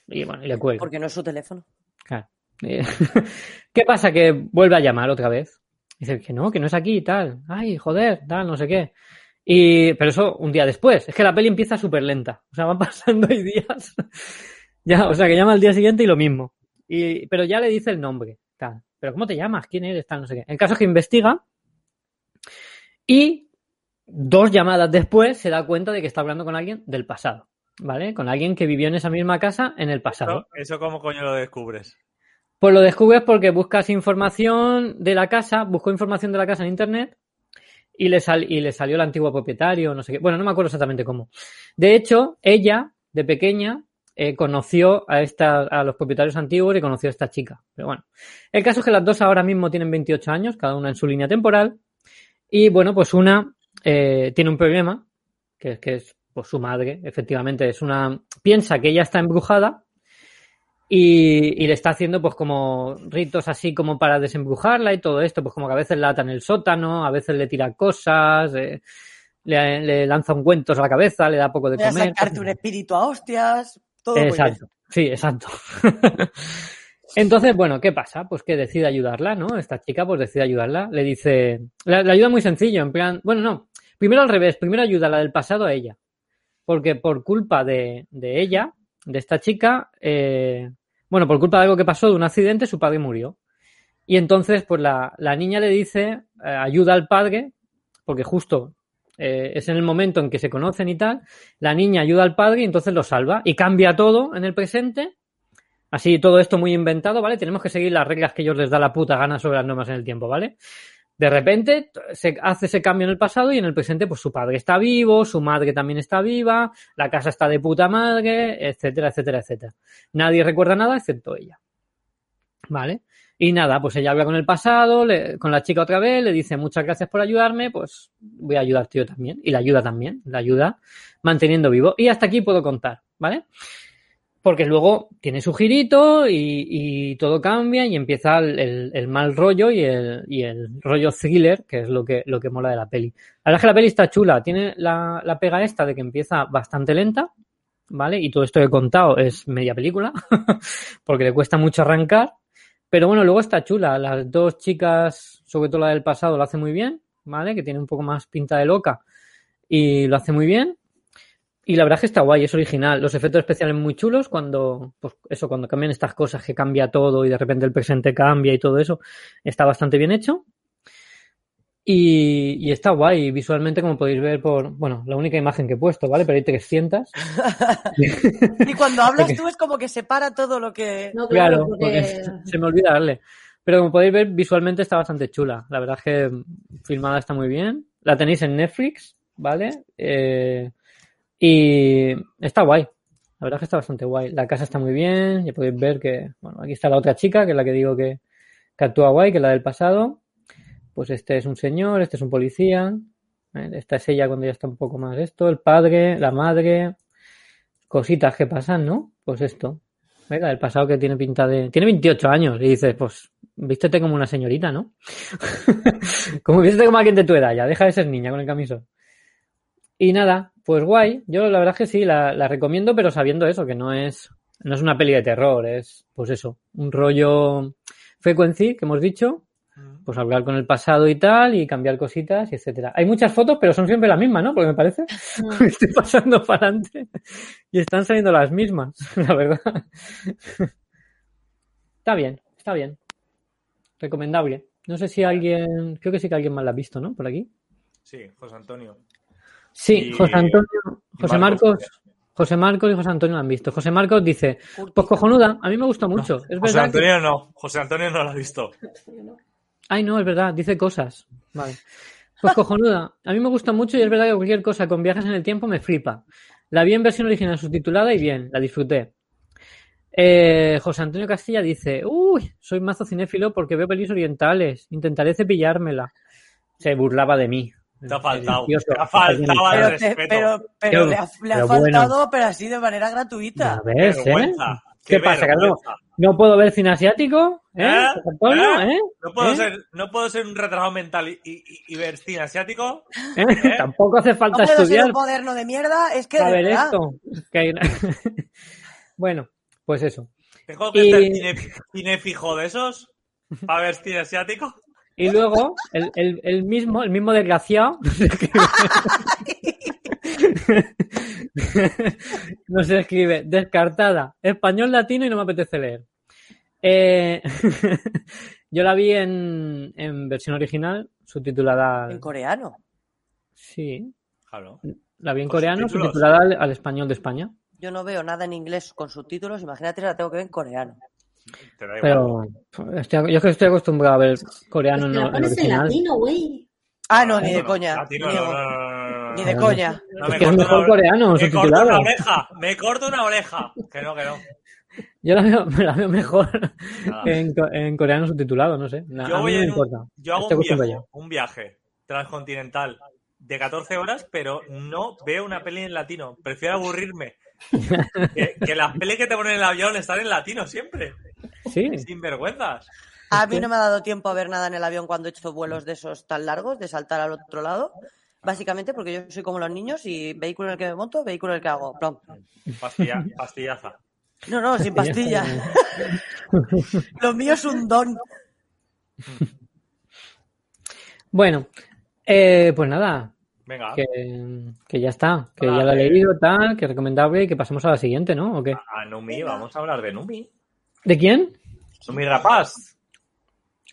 Y bueno, y le cuelga.
porque no es su teléfono.
Claro. Eh, ¿Qué pasa? Que vuelve a llamar otra vez. Dice que no, que no es aquí y tal. Ay, joder, tal, no sé qué. Y, pero eso un día después. Es que la peli empieza súper lenta. O sea, van pasando ahí días. ya, o sea, que llama al día siguiente y lo mismo. Y, pero ya le dice el nombre. Tal. Pero ¿cómo te llamas? ¿Quién eres? Tal, no sé qué. El caso es que investiga. Y dos llamadas después se da cuenta de que está hablando con alguien del pasado. ¿Vale? Con alguien que vivió en esa misma casa en el pasado.
No, eso como coño lo descubres.
Pues lo descubres porque buscas información de la casa, buscó información de la casa en internet y le, sal- y le salió el antiguo propietario, no sé qué. Bueno, no me acuerdo exactamente cómo. De hecho, ella, de pequeña, eh, conoció a, esta, a los propietarios antiguos y conoció a esta chica. Pero bueno, el caso es que las dos ahora mismo tienen 28 años, cada una en su línea temporal. Y bueno, pues una eh, tiene un problema, que es que es pues, su madre, efectivamente, es una. piensa que ella está embrujada y, y le está haciendo pues como ritos así como para desembrujarla y todo esto, pues como que a veces la ata en el sótano, a veces le tira cosas, eh, le, le lanza ungüentos a la cabeza, le da poco de
Voy a
comer.
sacarte un espíritu a hostias. Todo muy bien.
Exacto, sí, exacto. Entonces, bueno, ¿qué pasa? Pues que decide ayudarla, ¿no? Esta chica pues decide ayudarla, le dice, la, la ayuda muy sencillo, en plan, bueno, no, primero al revés, primero ayuda a la del pasado a ella, porque por culpa de, de ella, de esta chica, eh, bueno, por culpa de algo que pasó, de un accidente, su padre murió. Y entonces, pues la, la niña le dice, eh, ayuda al padre, porque justo eh, es en el momento en que se conocen y tal, la niña ayuda al padre y entonces lo salva y cambia todo en el presente. Así, todo esto muy inventado, ¿vale? Tenemos que seguir las reglas que ellos les da la puta gana sobre las normas en el tiempo, ¿vale? De repente t- se hace ese cambio en el pasado y en el presente, pues su padre está vivo, su madre también está viva, la casa está de puta madre, etcétera, etcétera, etcétera. Nadie recuerda nada excepto ella. ¿Vale? Y nada, pues ella habla con el pasado, le- con la chica otra vez, le dice muchas gracias por ayudarme, pues voy a ayudarte yo también. Y la ayuda también, la ayuda manteniendo vivo. Y hasta aquí puedo contar, ¿vale? Porque luego tiene su girito y, y todo cambia y empieza el, el- el mal rollo y el, y el rollo thriller, que es lo que, lo que mola de la peli. La verdad es que la peli está chula, tiene la, la pega esta de que empieza bastante lenta, ¿vale? Y todo esto que he contado es media película, porque le cuesta mucho arrancar. Pero bueno, luego está chula. Las dos chicas, sobre todo la del pasado, lo hace muy bien, ¿vale? Que tiene un poco más pinta de loca y lo hace muy bien. Y la verdad es que está guay, es original. Los efectos especiales muy chulos cuando, pues eso, cuando cambian estas cosas que cambia todo y de repente el presente cambia y todo eso, está bastante bien hecho. Y, y está guay visualmente, como podéis ver por, bueno, la única imagen que he puesto, ¿vale? Pero hay 300.
Y cuando hablas tú es como que separa todo lo que.
No,
Claro,
claro,
porque
porque...
se me olvida darle. Pero como podéis ver, visualmente está bastante chula. La verdad es que filmada está muy bien. La tenéis en Netflix, ¿vale? Eh, y está guay. La verdad es que está bastante guay. La casa está muy bien. Ya podéis ver que, bueno, aquí está la otra chica, que es la que digo que, que actúa guay, que es la del pasado. Pues este es un señor, este es un policía. ¿eh? Esta es ella cuando ya está un poco más esto. El padre, la madre. Cositas que pasan, ¿no? Pues esto. Venga, el pasado que tiene pinta de. Tiene 28 años y dices, pues, vístete como una señorita, ¿no? como vístete como alguien de tu edad, ya, deja de ser niña con el camisón. Y nada, pues guay. Yo la verdad es que sí, la, la recomiendo, pero sabiendo eso, que no es, no es una peli de terror, es, pues eso, un rollo frequency que hemos dicho, pues hablar con el pasado y tal, y cambiar cositas, y etcétera. Hay muchas fotos, pero son siempre las mismas, ¿no? Porque me parece. Me estoy pasando para adelante y están saliendo las mismas, la verdad. Está bien, está bien. Recomendable. No sé si alguien, creo que sí que alguien más la ha visto, ¿no? Por aquí.
Sí, José Antonio.
Sí,
Y-
José Antonio,
y
José
Marcos.
Marcos, José Marcos y José Antonio la han visto. José Marcos dice, pues cojonuda, a mí me gustó mucho. es verdad.
José
que-
Antonio no, José Antonio no lo ha visto.
Ay, no, es verdad, dice cosas. Vale. Pues cojonuda. A mí me gusta mucho y es verdad que cualquier cosa con viajes en el tiempo me flipa. La vi en versión original subtitulada y bien, la disfruté. Eh, José Antonio Castilla dice, uy, soy mazo cinéfilo porque veo pelis orientales, intentaré cepillármela. Se burlaba de mí.
Te ha faltado.
Delicioso.
Te ha faltado el
Pero, te-
respeto.
pero, pero
Yo-
le ha, le ha
pero bueno.
faltado, pero así de manera gratuita.
Ya ves, ¿eh?
vergüenza.
¿Qué
Qué
pasa, que no?
vergüenza.
No puedo ver cine asiático, ¿eh?
¿Eh?
José Antonio, ¿eh?
No puedo,
¿Eh?
ser, no puedo ser un retrasado mental y, y, y- y ver cine asiático.
¿Eh? Tampoco hace
No
falta
puedo ser
estudiar
un moderno de mierda, es que
para
de
ver
verdad.
esto. Que hay- bueno, pues eso.
Tengo que
Y-
ser cine, cinefijo de esos para ver cine asiático.
Y luego, el, el- el mismo, el mismo desgraciado. nos escribe, descartada, español latino y no me apetece leer. Eh, yo la vi en, en versión original, subtitulada.
En
al-
coreano.
Sí,
Claro.
la vi en
Con
coreano,
subtítulos.
subtitulada al, al español de España.
Yo no veo nada en inglés con subtítulos, imagínate, la tengo que ver en coreano.
Te da igual.
Pero pf, estoy- yo es que estoy acostumbrado a ver
Pues
coreano
te
Ah, no-
la
en
pones en
original.
latino, güey.
Ah, no, ni
Latino
de
no,
coña.
latino
ni,
No,
de-
no, no, no, no,
ni
no.
de
no.
coña.
No,
Es
me
que es
corto
mejor
una-
coreano,
Me corto
subtitulado.
una oreja. Me corto una oreja. Que no, que no.
Yo la veo, me la veo mejor
Nada.
en, co- en coreano subtitulado, no sé. Na-
Ah. Yo
a mí
voy
no me
en un-
importa.
Yo hago
Estoy
un
acostumbrado
viaje, un viaje transcontinental de 14 horas, pero no veo una peli en latino. Prefiero aburrirme. que, que las pelis que te ponen en el avión están en latino siempre.
ya. Sí,
Sin vergüenzas.
A
¿Este?
mí no me ha dado tiempo a ver nada en el avión cuando he hecho vuelos de esos tan largos, de saltar al otro lado. Básicamente porque yo soy como los niños y vehículo en el que me monto, vehículo en el que hago. Plom.
Pastilla, pastillaza.
No, no, sin
Pastilla.
pastilla. Lo mío es un don.
bueno, eh, pues nada,
Venga,
que, que ya está, que ya la he
Ah. Vale. Ah.
leído, tal, que recomendable y que pasemos a la siguiente, ¿no? ¿O qué?
a Numi, vamos a hablar de Numi.
¿De quién?
Numi Rapaz.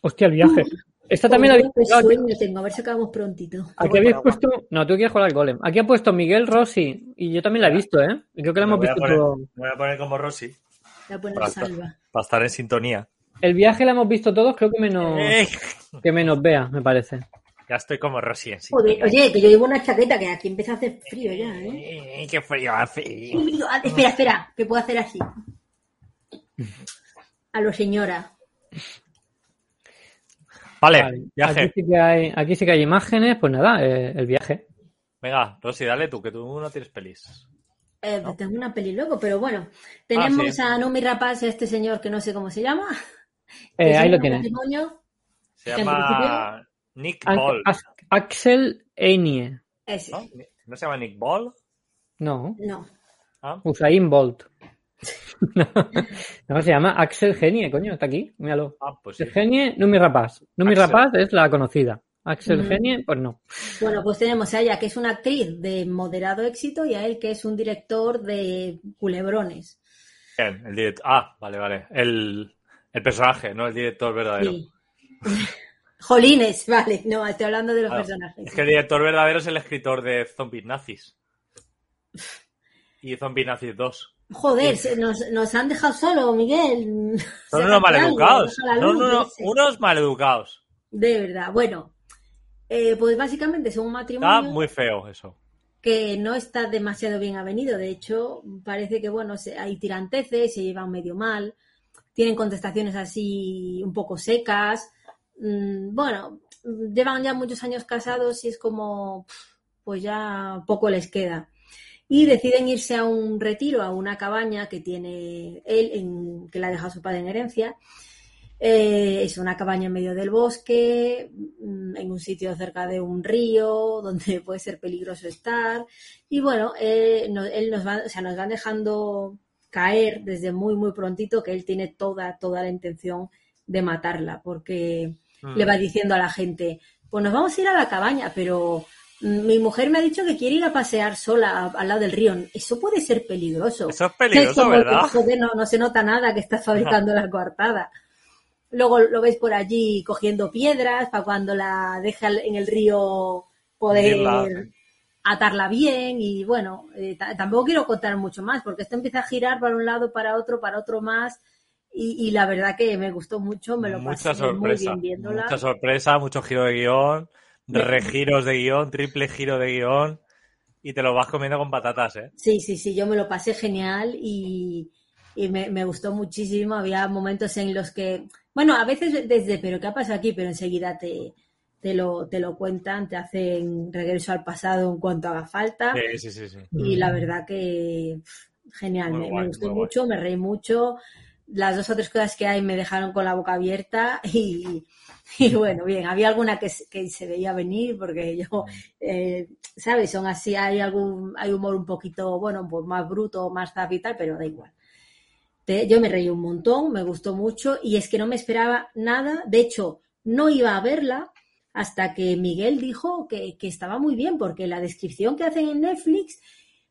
Hostia, el viaje. Esta también la
Joder, qué
había...
Pues sueño tengo, a ver si acabamos prontito.
Aquí habéis puesto... No, tú quieres jugar al golem. Aquí ha puesto Miguel Rossi y yo también la he visto, ¿eh? Y creo que la
Me
hemos
voy a
visto
poner-
todo...
me voy a poner como Rossi
La poner
Basta.
salva.
para estar en sintonía.
El viaje la hemos visto todos, creo que menos...
Ey,
Que menos Bea, me parece.
ya estoy como Rossi en
Joder,
sintonía.
oye, que yo llevo una chaqueta que aquí empieza a hacer frío ya, ¿eh?
Ey, Qué frío hace.
Ah, Espera, espera, que puedo hacer así. A lo señora.
Vale,
Vale. Aquí,
viaje.
sí que hay, aquí sí que hay imágenes, pues nada, eh, el viaje.
Venga, Rossi, dale tú, que tú no tienes pelis.
Eh, Tengo una peli luego, pero
Ah,
bueno. Tenemos
sí.
a Numi Rapaz y a este señor que no sé cómo se llama.
Eh,
que
ahí
son
lo
un
tienes.
matrimonio.
Se
En Ah,
llama Nick
An-
Ball.
As- Axel Enie.
Ese.
¿no? ¿No se llama Nick Ball?
No,
No.
Ah,
Usain Bolt. no, se llama Axel Genie, coño, está aquí, míralo.
ah, pues sí.
Axel Genie, Numi Rapaz. Numi
Axel.
Rapaz es la conocida. Axel
Mm.
Genie, pues no.
Bueno, pues tenemos a ella que es una actriz de moderado éxito y a él que es un director de culebrones.
Bien, el director. Ah, vale, vale. El, el personaje, no el director verdadero.
Sí. Jolines, vale. No, estoy hablando de los
Ah,
personajes.
Es que el director verdadero es el escritor de Zombies Nazis. Y Zombies Nazis 2.
Joder, se- nos, nos han dejado solo, Miguel.
Son
Sácate
unos
algo,
maleducados.
baja la
Son
luz,
unos,
ese.
unos maleducados.
De verdad. Bueno, eh, pues básicamente es un matrimonio
Está muy feo eso.
que no está demasiado bien avenido. De hecho, parece que, bueno, se- hay tiranteces, se llevan medio mal, tienen contestaciones así un poco secas. Mm, Bueno, mm, llevan ya muchos años casados y es como, pf, pues ya poco les queda. Y deciden irse a un retiro, a una cabaña que tiene él, en- que la deja su padre en herencia. Eh, es una cabaña en medio del bosque, mm, en un sitio cerca de un río, donde puede ser peligroso estar. Y bueno, eh, no- él nos va, o sea, nos van dejando caer desde muy, muy prontito que él tiene toda, toda la intención de matarla, porque
Mm.
le va diciendo a la gente, pues nos vamos a ir a la cabaña, pero mm, mi mujer me ha dicho que quiere ir a pasear sola a- al lado del río. Eso puede ser peligroso.
Eso es
Es
peligroso,
como que,
¿verdad?
joder, no, no se nota nada que está fabricando la coartada. Luego lo ves por allí cogiendo piedras para cuando la deja en el río poder
Hundirla.
atarla bien y bueno, eh, ta- tampoco quiero contar mucho más porque esto empieza a girar para un lado, para otro, para otro más y, y la verdad que me gustó mucho, me lo
Mucha
pasé muy
sorpresa.
bien viéndola.
Mucha sorpresa, mucho giro de guión, regiros de guión, triple giro de guión. Y te lo vas comiendo con patatas, ¿eh?
Sí, sí, sí, yo me lo pasé genial y, y me, me gustó muchísimo. Había momentos en los que, bueno, a veces desde, pero ¿qué ha pasado aquí? Pero enseguida te, te, lo, te lo cuentan, te hacen regreso al pasado en cuanto haga falta.
Sí, sí, sí. sí.
Y la verdad que pf, genial,
Muy
me, me
guay,
gustó
muy guay.
mucho, me reí mucho. Las dos o tres cosas que hay me dejaron con la boca abierta y, y bueno, bien, había alguna que, se- que se veía venir porque yo, eh, ¿sabes? Son así, hay algún hay humor un poquito, bueno, pues más bruto, más zap y tal, pero da igual. Te- yo me reí un montón, me gustó mucho y es que no me esperaba nada. De hecho, no iba a verla hasta que Miguel dijo que, que estaba muy bien porque la descripción que hacen en Netflix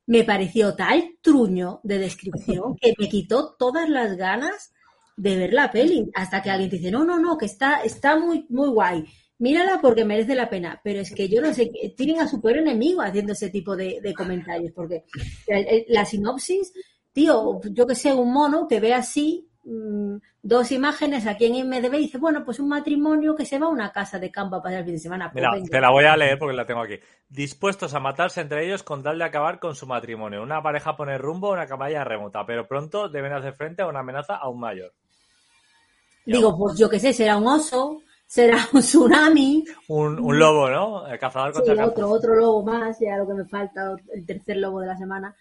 me pareció tal truño de descripción que me quitó todas las ganas de ver la peli hasta que alguien te dice, no, no, no, que está, está muy, muy guay. Mírala porque merece la pena, pero es que yo no sé, qué- tienen a su peor enemigo haciendo ese tipo de, de comentarios, porque el- el- la sinopsis, tío, yo que sé, un mono que ve así mm, dos imágenes aquí en MDB y dice, bueno, pues un matrimonio que se va a una casa de campo a pasar el fin de semana. Pues
Mira,
venga.
te la voy a leer porque la tengo aquí. Dispuestos a matarse entre ellos con tal de acabar con su matrimonio. Una pareja pone rumbo a una campaña remota, pero pronto deben hacer frente a una amenaza aún mayor.
Digo, pues yo qué sé, será un oso, será un tsunami,
Un, un lobo, ¿no? El cazador
sí,
contra el
otro, otro lobo más, ya lo que me falta, el tercer lobo de la semana.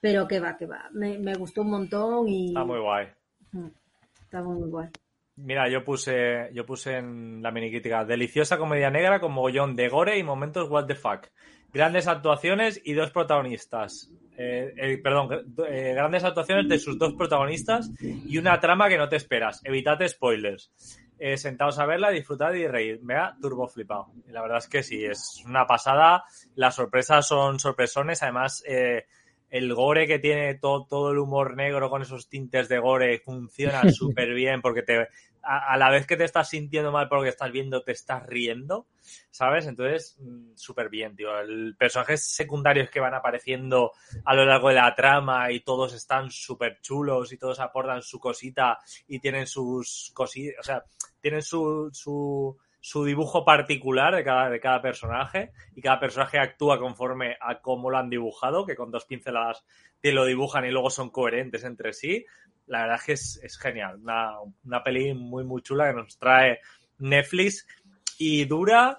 Pero que va, que va. Me, me gustó un montón y
Está muy guay.
está muy guay.
Mira, yo puse, yo puse en la minicrítica deliciosa comedia negra con mogollón de gore y momentos what the fuck. Grandes actuaciones y dos protagonistas. Eh, eh, perdón, gr- eh, grandes actuaciones de sus dos protagonistas y una trama que no te esperas. Evitad spoilers. Eh, sentaos a verla, disfrutad y reír. Me ha turbo flipado. Y La verdad es que sí, es una pasada. Las sorpresas son sorpresones. Además, eh, el gore que tiene todo, todo el humor negro con esos tintes de gore funciona súper bien porque te, a, a la vez que te estás sintiendo mal por lo que estás viendo, te estás riendo, ¿sabes? Entonces, mm, súper bien, tío. El personajes secundarios que van apareciendo a lo largo de la trama y todos están súper chulos y todos aportan su cosita y tienen sus cositas, o sea, tienen su, su, su dibujo particular de cada, de cada personaje y cada personaje actúa conforme a cómo lo han dibujado, que con dos pinceladas te lo dibujan y luego son coherentes entre sí. La verdad es que es, es genial. Una, una peli muy, muy chula que nos trae Netflix y dura,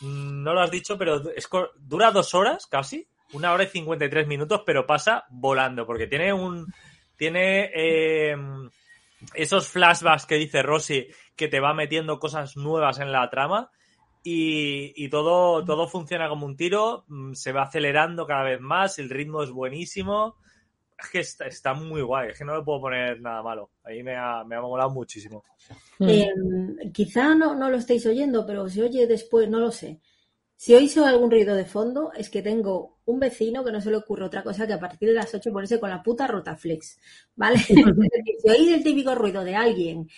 mm, no lo has dicho, pero es co- dura dos horas casi. una hora y 53 minutos, pero pasa volando, porque tiene un. Tiene eh, esos flashbacks que dice Rosy, que te va metiendo cosas nuevas en la trama. Y, y todo, todo funciona como un tiro, mm, se va acelerando cada vez más, el ritmo es buenísimo. Es que está, está muy guay, es que no le puedo poner nada malo. Ahí me ha, me ha molado muchísimo.
Mm.
Eh, quizá no, no lo estáis oyendo, pero si oye después, no lo sé. Si oís algún ruido de fondo, es que tengo un vecino que no se le ocurre otra cosa que a partir de las 8 ponerse con la puta Rotaflex, ¿vale? Es decir, si oís el típico ruido de alguien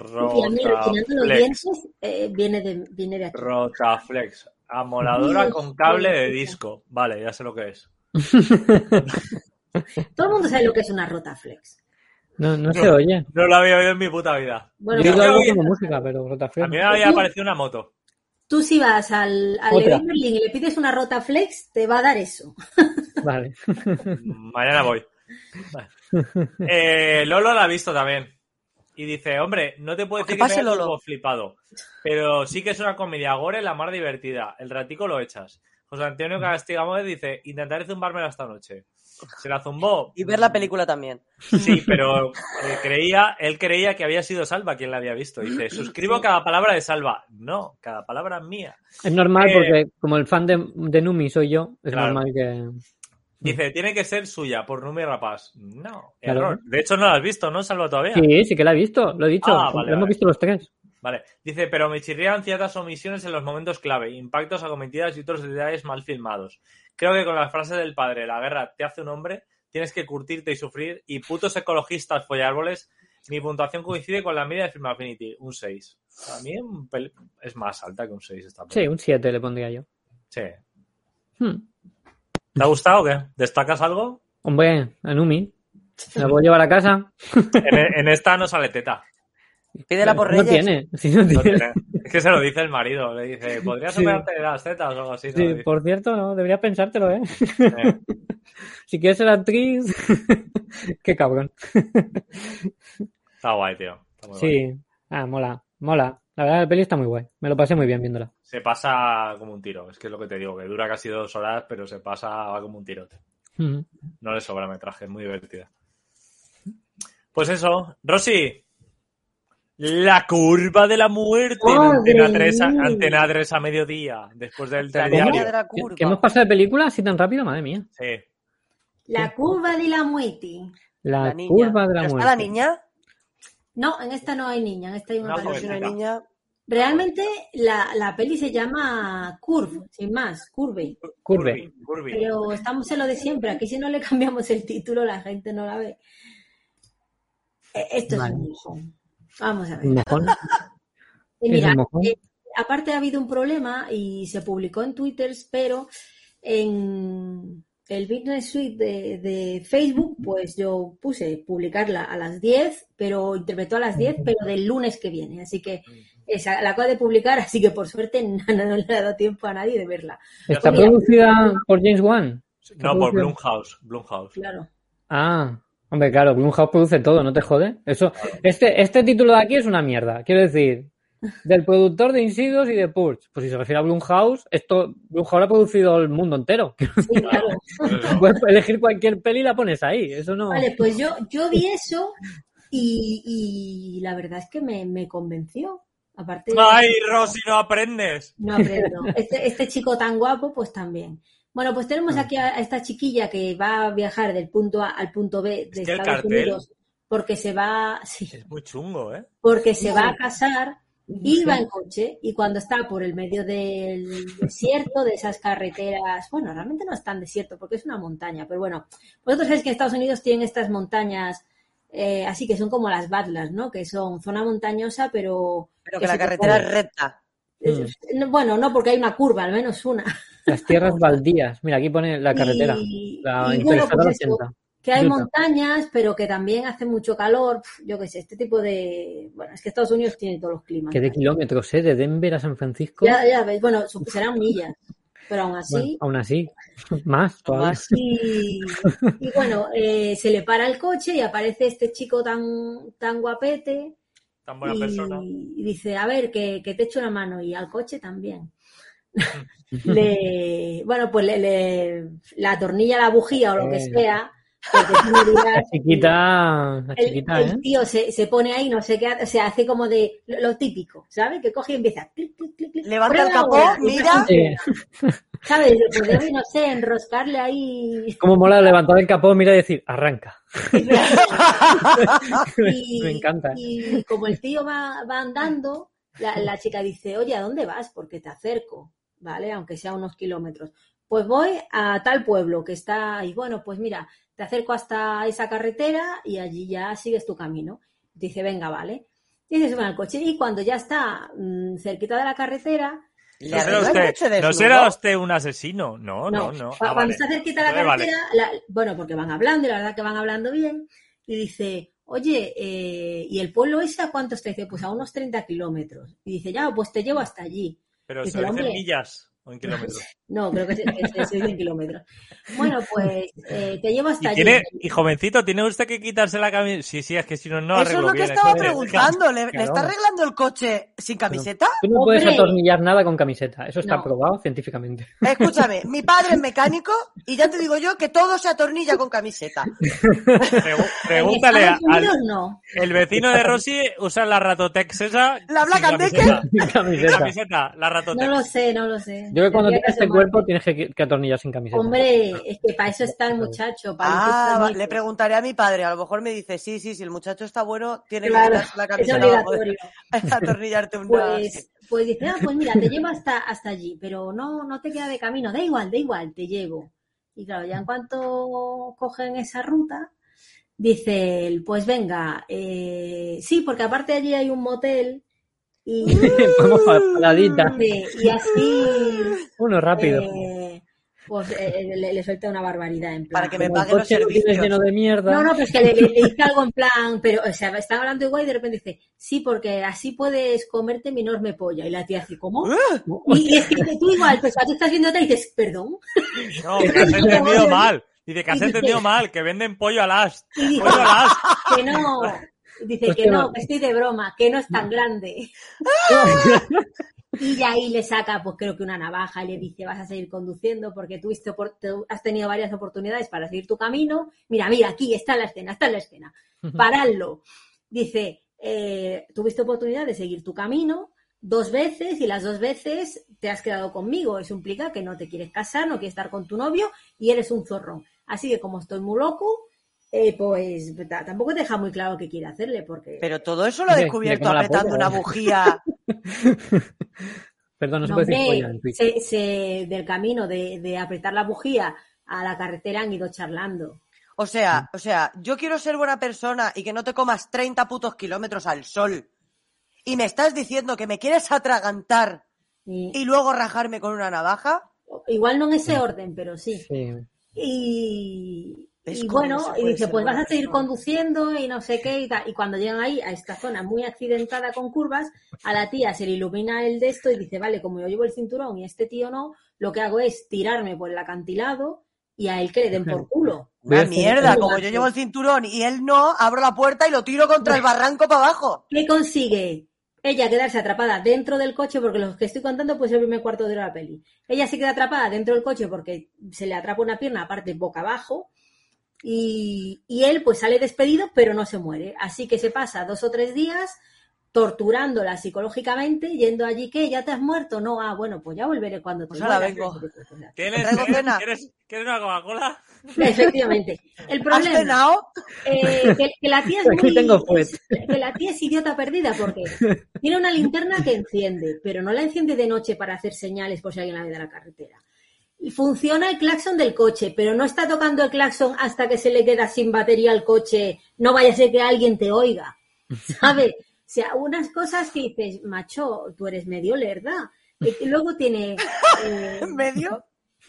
y a mí rechinando los
Rotaflex.
dientes, eh, viene, de, viene de aquí.
Rotaflex. Amoladora con cable de disco. Vale, ya sé lo que es.
Todo el mundo sabe lo que es una Rotaflex.
No, no se oye.
No lo había oído en mi puta vida.
Bueno, pues,
Yo
pero
digo
creo
algo
que-
como música, pero
A
Rotaflex.
mí me había aparecido una moto.
tú si vas al, al
Otra.
Leroy Merlin y le pides una Rotaflex, te va a dar eso.
Vale.
Mañana voy. Vale. Eh, Lolo la ha visto también. Y dice, hombre, no te puedo
Que
decir que me
pase,
haya
Lolo.
turbo flipado. Pero sí que es una comedia gore, la más divertida. El ratico lo echas. José Antonio Castigamón dice, intentaré zumbármela esta noche. Se la zumbó.
Y ver la película también.
Sí, pero eh, creía, él creía que había sido Salva quien la había visto. Dice, suscribo cada palabra de Salva. No, cada palabra es mía.
Es normal
Eh,
porque como el fan de, de Numi soy yo, es
Claro.
normal que...
Dice, tiene que ser suya, por Numi Rapaz. No,
Claro.
error. De hecho, no la has visto, ¿no, Salva, todavía?
Sí, sí que la he visto, lo he dicho.
Ah, vale,
lo hemos
vale.
visto los tres.
Vale. Dice, pero me chirrían ciertas omisiones en los momentos clave, impactos acometidas y otros detalles mal filmados. Creo que con la frase del padre, la guerra te hace un hombre, tienes que curtirte y sufrir, y putos ecologistas follárboles, mi puntuación coincide con la media de Film Affinity, un 6. A mí un pel- es más alta que un 6 esta
Sí,
peli.
un 7 le pondría yo.
Sí.
Hmm.
¿Te ha gustado o qué? ¿Destacas algo?
Hombre, a Numi. ¿La puedo llevar a casa?
En, e, en esta no sale teta.
Pídela por
No
Reyes.
tiene. Sí, no
No
tiene.
tiene- Es que se lo dice el marido. Le dice, ¿podrías
Sí.
operarte de las tetas o algo así? ¿no?
Sí,
Dice,
por cierto, no, deberías pensártelo, ¿eh?
eh.
Si quieres ser actriz... Qué cabrón.
Está guay, tío. Está muy guay.
Sí. Ah, mola, mola. La verdad, la peli está muy guay. Me lo pasé muy bien viéndola.
Se pasa como un tiro. Es que es lo que te digo, que dura casi dos horas, pero se pasa va como un tirote.
Hmm.
No le sobra metraje, es muy divertida. Pues eso, Rosy. La curva de la muerte en
Madre
Antena 3 a,
mía.
Antena 3 a mediodía, después del
¿Cómo?
La línea
diario.
de la
¿Que
curva.
que hemos pasado de película así tan rápido? Madre mía.
Sí.
La curva de la muerte.
La,
La niña.
curva de la
¿Pero
muerte.
¿Está la niña?
No, en esta no hay niña, en esta hay una
No,
Yo soy
pareja.
una
jovencita.
niña.
Realmente la, la peli se llama Curve, sin más, Curve.
Curve.
Curvy, curvy.
Pero estamos en lo de siempre. Aquí si no le cambiamos el título, la gente no la ve. Eh, Esto
Vale.
es un mojón. Vamos a ver.
Un mojón.
Y
Es
mira,
un mojón.
eh, aparte ha habido un problema y se publicó en Twitter, pero en el Business Suite de, de Facebook, pues yo puse publicarla a las 10, pero interpretó a las 10, pero del lunes que viene. Así que esa, la acabo de publicar, así que por suerte no, no le ha dado tiempo a nadie de verla.
Está
Mira.
producida por James Wan.
No, por Blumhouse. Blumhouse.
Claro.
Ah, hombre, claro, Blumhouse produce todo, no te jode. Eso, este, este título de aquí es una mierda. Quiero decir, del productor de Insidious y de Purge. Pues si se refiere a Blumhouse, esto, Blumhouse ha producido el mundo entero.
Sí, claro.
Puedes elegir cualquier peli y la pones ahí. Eso no.
Vale, pues yo, yo vi eso y, y la verdad es que me, me convenció. Aparte de-
Ay, Rosy, no aprendes.
No aprendo. Este, este chico tan guapo, pues también. Bueno, pues tenemos
Ah.
aquí a, a esta chiquilla que va a viajar del punto A al punto B de
que el
Estados
cartel-
Unidos porque se va, sí,
Es muy chungo, ¿eh?
porque se va a casar y va en coche y cuando está por el medio del desierto, de esas carreteras, bueno, realmente no es tan desierto porque es una montaña, pero bueno, vosotros sabéis que Estados Unidos tienen estas montañas, eh, así que son como las Badlands, ¿no? Que son zona montañosa, pero...
Pero que
se
la
te
carretera es recta.
Hmm.
puede- No, Bueno, no, porque hay una curva, al menos una.
Las tierras baldías. Mira, aquí pone la carretera.
Y-
La
y bueno,
Interestatal
pues eso,
80.
que hay
Ruta.
montañas, pero que también hace mucho calor. Pf, Yo qué sé, este tipo de. Bueno, es que Estados Unidos tiene todos los climas.
Que de kilómetros, ¿eh? De Denver a San Francisco.
Ya, ya ves, bueno, su- serán millas, pero aún
Bueno,
así.
aún así. Más todavía.
Más.
Y, y bueno, eh, se le para el coche y aparece este chico tan, tan guapete
Tan buena
y,
persona.
y dice, a ver, que, que te echo una mano y al coche también.
Mm.
le, bueno, pues le, le- la atornilla la bujía o lo que sea, porque tú me
La
dirás-
chiquita, la
el,
chiquita,
el
¿eh?
tío se, se pone ahí, no sé qué, hace, se hace como de lo, lo típico, ¿sabes? Que coge y empieza. clic, clic, clic, clic.
Levanta el
Prueba
capó,
ahora.
mira.
Eh,
¿Sabes? Pues debe, no sé, enroscarle ahí.
Como mola levantar el capó, mira y decir, arranca.
Y,
Me encanta.
Y como el tío va, va andando, la, la chica dice, oye, ¿a dónde vas? Porque te acerco, ¿vale? Aunque sea unos kilómetros. Pues voy a tal pueblo que está ahí. Bueno, pues mira, te acerco hasta esa carretera y allí ya sigues tu camino. Dice, venga, vale. Y se sube al coche y cuando ya está mm, cerquita de la carretera,
Le
¿No será
arregló el coche
usted,
desnudo.
¿no será usted un asesino? No, no, no.
Cu-
Ah,
Cuando
vale.
está cerquita la
Vale, vale.
carretera, la- bueno, porque van hablando y la verdad que van hablando bien, y dice, oye, eh, ¿y el pueblo ese a cuánto está? Y dice, pues a unos 30 kilómetros. Y dice, ya, pues te llevo hasta allí.
Pero
Dice,
se lo dicen
hombre.
millas o en kilómetros.
No, creo que se, se- se dicen kilómetros. Bueno, pues eh, te llevo hasta
Y,
allí.
tiene, y jovencito, ¿tiene usted que quitarse la camiseta? Sí, sí, es que si no, no
Eso es
arreglo
lo que
bien, este
estaba
joder.
preguntando. ¿Le, le
Claro.
está arreglando el coche sin camiseta?
Tú no
Hombre.
puedes atornillar nada con camiseta. Eso está
No.
probado científicamente.
Escúchame, mi padre es mecánico y ya te digo yo que todo se atornilla con camiseta.
Pregu-
En
Pregúntale
Estados
al
Unidos, no.
el vecino de Rossi usa la Ratotex esa.
La
sin
Black and
camiseta.
Decker.
Sin
Sin
camiseta.
camiseta, la
No
Ratotex.
lo sé, no lo sé.
Yo creo que cuando
Tendría
tienes este
asomar.
cuerpo tienes que, que atornillar sin camiseta.
Hombre, es que para eso está el muchacho. Para
Ah,
lucir
va,
bonito.
le preguntaré a mi padre. A lo mejor me dice, sí, sí, si el muchacho está bueno, tiene
Claro,
que quitarse la
Es
camiseta. para poder
obligatorio.
atornillarte una...
Pues, pues dice, ah, pues mira, te llevo hasta, hasta allí, pero no, no te queda de camino, da igual, da igual, te llevo. Y claro, ya en cuanto cogen esa ruta, dice él, pues venga, eh, sí, porque aparte allí hay un motel y,
Vamos a la paladita.
dice, y así,
Uno rápido.
eh, pues eh, le, le suelta una barbaridad en plan.
Para que me
Como
pague
el
los
coche lo tienes
servicios.
lleno de mierda.
No, no, pero es que le, le- le dice algo en plan, pero, o sea, están hablando igual y de repente dice, sí, porque así puedes comerte mi enorme polla. Y la tía dice, ¿cómo? Y, y es que tú igual, pues cuando tú estás viéndote y dices, perdón.
No, que has entendido
Oye.
mal. Dice que has
Dice-
entendido mal, que venden pollo al as.
Y dice
Pollo al as.
que no. Dice
Pues
que
que
no, Mm.
no.
que estoy de broma, que no es tan grande. Y de ahí le saca, pues creo que una navaja y le dice, vas a seguir conduciendo porque tuviste, opor- te- has tenido varias oportunidades para seguir tu camino. Mira, mira, aquí está la escena, está la escena. Paradlo. Dice, eh, tuviste oportunidad de seguir tu camino dos veces y las dos veces te has quedado conmigo. Eso implica que no te quieres casar, no quieres estar con tu novio y eres un zorrón. Así que como estoy muy loco, eh, pues ta- tampoco te deja muy claro qué quiere hacerle porque...
Pero todo eso lo ha
Hombre,
descubierto
le como la
apretando
polla,
una
¿eh?
bujía.
Perdón, no se
No,
puede decir
hombre,
polla en Twitch.
se- se- del camino de, de apretar la bujía a la carretera han ido charlando.
O sea, o sea, yo quiero ser buena persona y que no te comas 30 putos kilómetros al sol. Y me estás diciendo que me quieres atragantar
Y-
y luego rajarme con una navaja.
igual no en
Mm.
ese orden, pero sí.
Sí.
Y,
¿Ves
y
cómo
bueno,
no se
y
puede
dice,
ser
pues vas
buena
a seguir
persona?
conduciendo y no sé qué y tal. Y cuando llegan ahí a esta zona muy accidentada con curvas, a la tía se le ilumina el de esto y dice, vale, como yo llevo el cinturón y este tío no, lo que hago es tirarme por el acantilado y a él que le den por culo.
Voy
Una
a hacer-
mierda,
un
como yo
gato.
llevo el cinturón y él no, abro la puerta y lo tiro contra el barranco para abajo.
¿Qué consigue? Ella quedarse atrapada dentro del coche, porque los que estoy contando pues el primer cuarto de hora de la peli. Ella se queda atrapada dentro del coche porque se le atrapa una pierna, aparte boca abajo, y, y él pues sale despedido, pero no se muere. Así que se pasa dos o tres días torturándola psicológicamente, yendo allí que ya te has muerto, no, ah, bueno, pues ya volveré cuando te
Pues ahora
mueras".
vengo.
¿Tienes,
Traigo
¿Quieres,
cena.
¿Quieres- quieres una Coca-Cola?
Efectivamente. El
¿Has
problema
cenado?
Eh, que, que la tía es
Aquí
muy-
tengo fuet.
que la tía es idiota perdida porque tiene una linterna que enciende, pero no la enciende de noche para hacer señales por si alguien la ve de la carretera. Y Funciona el claxon del coche, pero no está tocando el claxon hasta que se le queda sin batería al coche. No vaya a ser que alguien te oiga. ¿Sabes? O sea, unas cosas que dices, macho, tú eres medio lerda. Y luego tiene. eh,
¿En medio?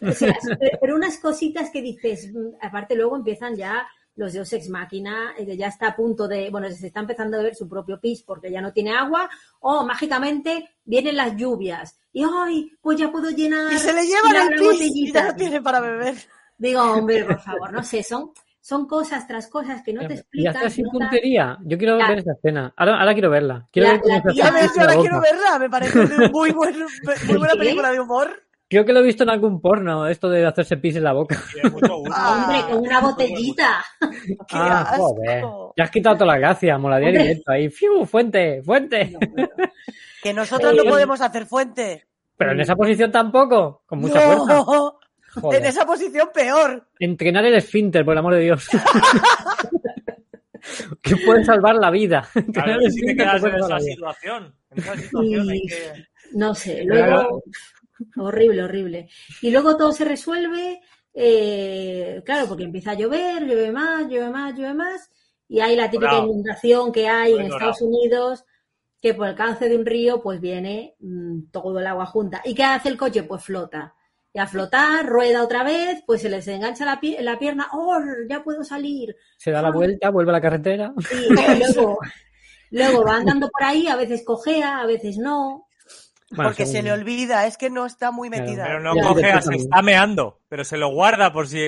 o sea, pero- pero unas cositas que dices, mm, aparte luego empiezan ya los Deus Ex Máquina, eh, que ya está a punto de, bueno, se está empezando a ver su propio pis porque ya no tiene agua, o mágicamente vienen las lluvias y ¡ay! Pues ya puedo llenar.
Y se le llevan
llenar
el
la
pis y
botellita.
ya no tiene para beber.
Digo, hombre, por favor, no sé, son, son cosas tras cosas que no te
y hace
explican.
así
no dan-
puntería. Yo quiero
Ya.
ver esa escena. Ahora, ahora quiero verla. Quiero
La-
ver cómo
la
se
tía
hace
me-
así
yo ahora
la
quiero
boca.
verla, me parece muy, buen- muy buena
¿Sí?
película de humor.
Creo que lo he visto en algún porno, esto de hacerse pis en la boca.
Tiene mucho gusto.
Hombre,
Ah,
con una botellita.
¡Qué
ah,
asco!
joder. Ya has quitado toda la gracia, molaría
Hombre.
directo ahí. ¡Fiu! ¡Fuente! ¡Fuente!
Que nosotros
Eh,
no podemos hacer fuente.
Pero en esa posición tampoco, con mucha
No.
fuerza.
En
Joder.
esa posición peor.
Entrenar el esfínter, por el amor de Dios. que puede salvar la vida. Entrenar
Claro,
el
si te
esfínter
quedas
te
en
puede salvar la
esa
vida.
situación. En esa situación hay que...
No sé,
Claro.
luego. Horrible, horrible. Y luego todo se resuelve, eh, claro, porque empieza a llover, llueve más, llueve más, llueve más, y hay la típica
Dorado.
inundación que hay en
Muy dorado.
Estados Unidos, que por el cauce de un río, pues viene mm, todo el agua junta. ¿Y qué hace el coche? Pues flota. Y a flotar, rueda otra vez, pues se les engancha la, pie- la pierna, ¡oh, ya puedo salir!
Se da la vuelta, vuelve a la carretera.
Sí, y luego, luego va andando por ahí, a veces cojea, a veces no.
Bueno,
porque se
según-
le olvida, es que no está muy
Claro.
metida.
Pero no
Ya.
cojeas, se está meando, pero se lo guarda por si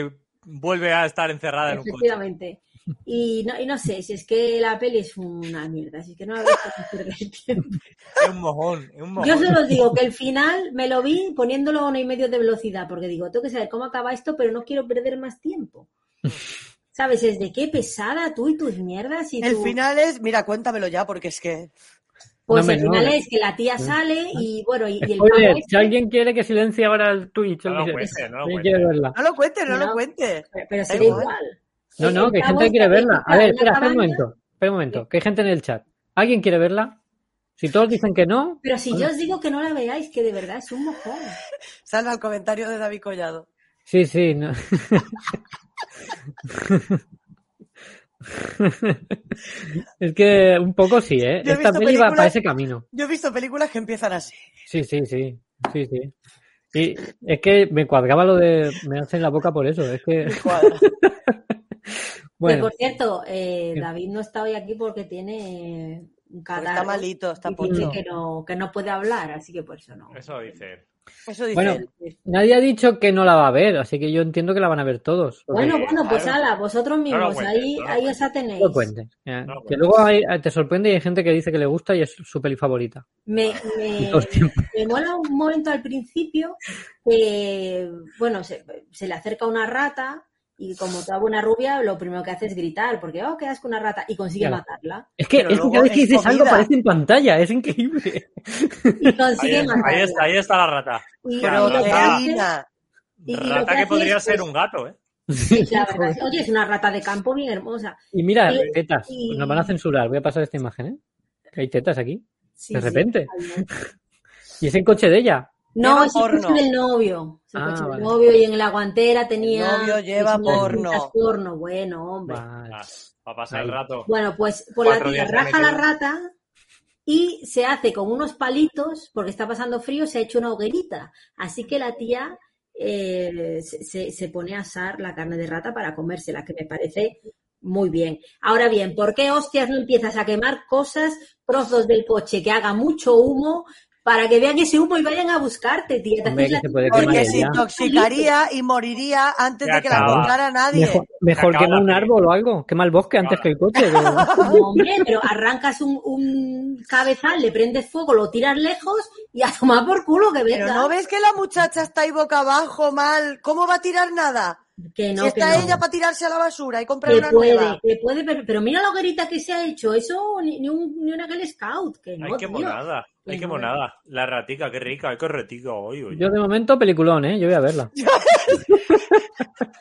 vuelve a estar encerrada en un coche.
Efectivamente. Y no, y no sé, si es que la peli es una mierda, si es que no habría que perder tiempo.
Es un mojón, es un
Yo
mojón.
solo os digo que el final me lo vi poniéndolo a uno y medio de velocidad, porque digo, tengo que saber cómo acaba esto, pero no quiero perder más tiempo. ¿Sabes? Es de qué pesada tú y tus mierdas y
El
tu-
final es, mira, cuéntamelo ya, porque es que.
Pues
No me
el final
jodas.
es que la tía sale y bueno, y, y el
Spoiler,
pavo
si
este-
alguien quiere que silencie ahora el Twitch,
No
él
lo
dice,
cuente, no lo
"Sí,
cuente".
quiero verla.
No lo cuentes, no,
No.
lo cuentes.
Pero, pero
Da
será
igual.
igual.
No,
El-
no,
el
que hay
pavo
gente que quiere
este
verla.
está
A ver,
en una
espera, espera un
cabaña,
momento. Espera un momento, que hay gente en el chat. ¿Alguien quiere verla? Si todos dicen que no,
Pero si yo os digo que no la veáis, que de verdad es un mojón.
Salva el comentario de David Collado.
Sí, sí. no. es que un poco sí, ¿eh?
Yo he
Esta
visto
peli va para
películas-
ese camino.
Yo he visto películas que empiezan así.
Sí, sí, sí. Sí, sí. Y es que me cuadraba lo de me hacen la boca por eso. Es que,
Me cuadra.
Que,
bueno,
por cierto, eh, David no está hoy aquí porque tiene eh,
Porque
un catarro.
está malito, está
y dice
pocho.
que no, que no puede hablar, así que por eso no.
Eso dice él.
Eso dice.
Bueno,
él.
nadie ha dicho que no la va a ver, así que yo entiendo que la van a ver todos. porque-
Bueno, bueno, pues
Claro.
ala, vosotros mismos,
cuentes,
ahí,
no lo
ahí
cuentes.
os atenéis.
No lo cuentes. eh,
No lo
que
cuentes.
luego hay- te sorprende y hay gente que dice que le gusta y es su peli favorita.
Me, me,
Todo el tiempo.
me mola un momento al principio que, bueno, se, se le acerca una rata y como toda buena rubia, lo primero que hace es gritar porque, oh, quedas con una rata y consigue
Claro.
matarla.
Es que,
Pero
es que
luego
cada vez que
es
dices algo
comida.
parece en pantalla, es increíble.
Y
Ahí,
consigue
es-
matarla.
ahí está, ahí está la rata.
Y-
Pero
y lo que
rata.
hace-
Proteína.
Y- y lo
rata que
que hace
podría
es,
ser
pues,
un gato, ¿eh?
sí, la verdad es- Oye, es una rata de campo bien hermosa.
Y mira,
Y-
tetas.
y-
Pues nos van a censurar. Voy a pasar esta imagen, ¿eh? Que hay tetas aquí.
Sí,
De
sí,
repente.
está bien.
Y es el coche de ella.
No,
Lleva
es el coche
porno.
del novio. Es el
Ah,
coche del
vale.
novio y en la guantera tenía.
El novio lleva
tenía
porno.
cintas porno, bueno, hombre.
Vale.
Ah, va a pasar
Ahí.
el rato.
Bueno, pues por la
Cuatro
tía
días de
raja la
meter.
rata y se hace con unos palitos, porque está pasando frío, se ha hecho una hoguerita. Así que la tía eh, se, se- se pone a asar la carne de rata para comérsela, que me parece muy bien. Ahora bien, ¿por qué hostias no empiezas a quemar cosas, trozos del coche, que haga mucho humo, para que vean ese humo y vayan a buscarte, tía? Te
Hombre,
haces
que
la
se puede
típica-
quemar
Porque
Madre
se
mía.
intoxicaría y moriría antes
Se
de que la
acaba.
encontrara nadie.
Mejor, mejor
acaba
quema
la
un
peli.
árbol o algo. Quema el bosque antes que el coche. que-
No, hombre, pero arrancas un, un cabezal, le prendes fuego, lo tiras lejos y a tomar por culo que
Pero
venga.
no ves que la muchacha está ahí boca abajo, mal. ¿Cómo va a tirar nada?
que no,
si
que
está
no.
ella para tirarse a la basura y comprar
Que
una
puede,
nueva.
que puede, pero, pero mira la hoguerita que se ha hecho. Eso ni, ni un, ni una Girl Scout. Que no,
Ay, qué
tío.
monada. Ay, qué
No.
monada. La ratica, qué rica, ay, qué retica. Ay, ay,
Yo de momento peliculón, ¿eh? Yo voy a verla.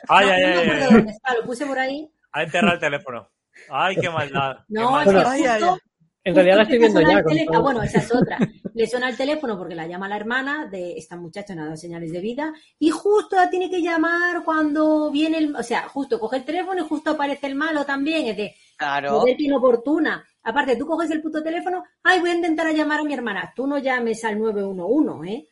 ay, ay,
No, no me
ay,
acuerdo
ay.
dónde está, lo puse por ahí.
Ha enterrado el teléfono. Ay, qué maldad. qué
No, es que
maldad.
justo,
Ay, ay, ay.
En realidad la
justo
estoy viendo
empieza a sonar
ya.
el
con
teléfono.
todo.
ah, Bueno, esa es otra. Le suena el teléfono porque la llama la hermana de esta muchacha, no ha dado señales de vida, y justo la tiene que llamar cuando viene el. O sea, justo coge el teléfono y justo aparece el malo también. Es de,
Claro.
joder, qué inoportuna. Aparte, tú coges el puto teléfono, ay, voy a intentar a llamar a mi hermana. Tú no llames al 911, ¿eh?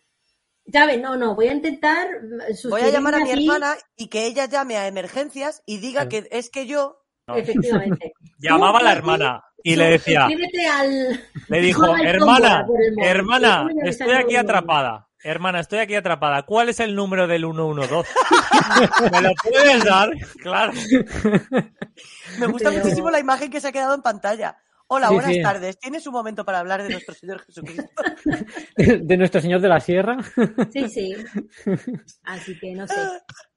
¿Sabes? No, no, voy a intentar. mm,
Voy a
sustituirme
llamar a mi
aquí.
hermana y que ella llame a emergencias y
Claro.
diga que es que yo.
Efectivamente.
Llamaba a la
Tú,
hermana y
tú,
le decía,
suscríbete al-
le dijo,
Llama al
hermana,
tómbola por el móvil".
hermana,
Tú no llames
estoy
al
aquí
911.
atrapada. Hermana, estoy aquí atrapada. ¿Cuál es el número del 112? ¿Me lo puedes dar? Claro.
Me gusta
Pero-
muchísimo la imagen que se ha quedado en pantalla. Hola,
Sí,
buenas
sí.
tardes. ¿Tienes un momento para hablar de nuestro Señor Jesucristo?
De Nuestro Señor de la Sierra.
Sí, sí. Así que no sé.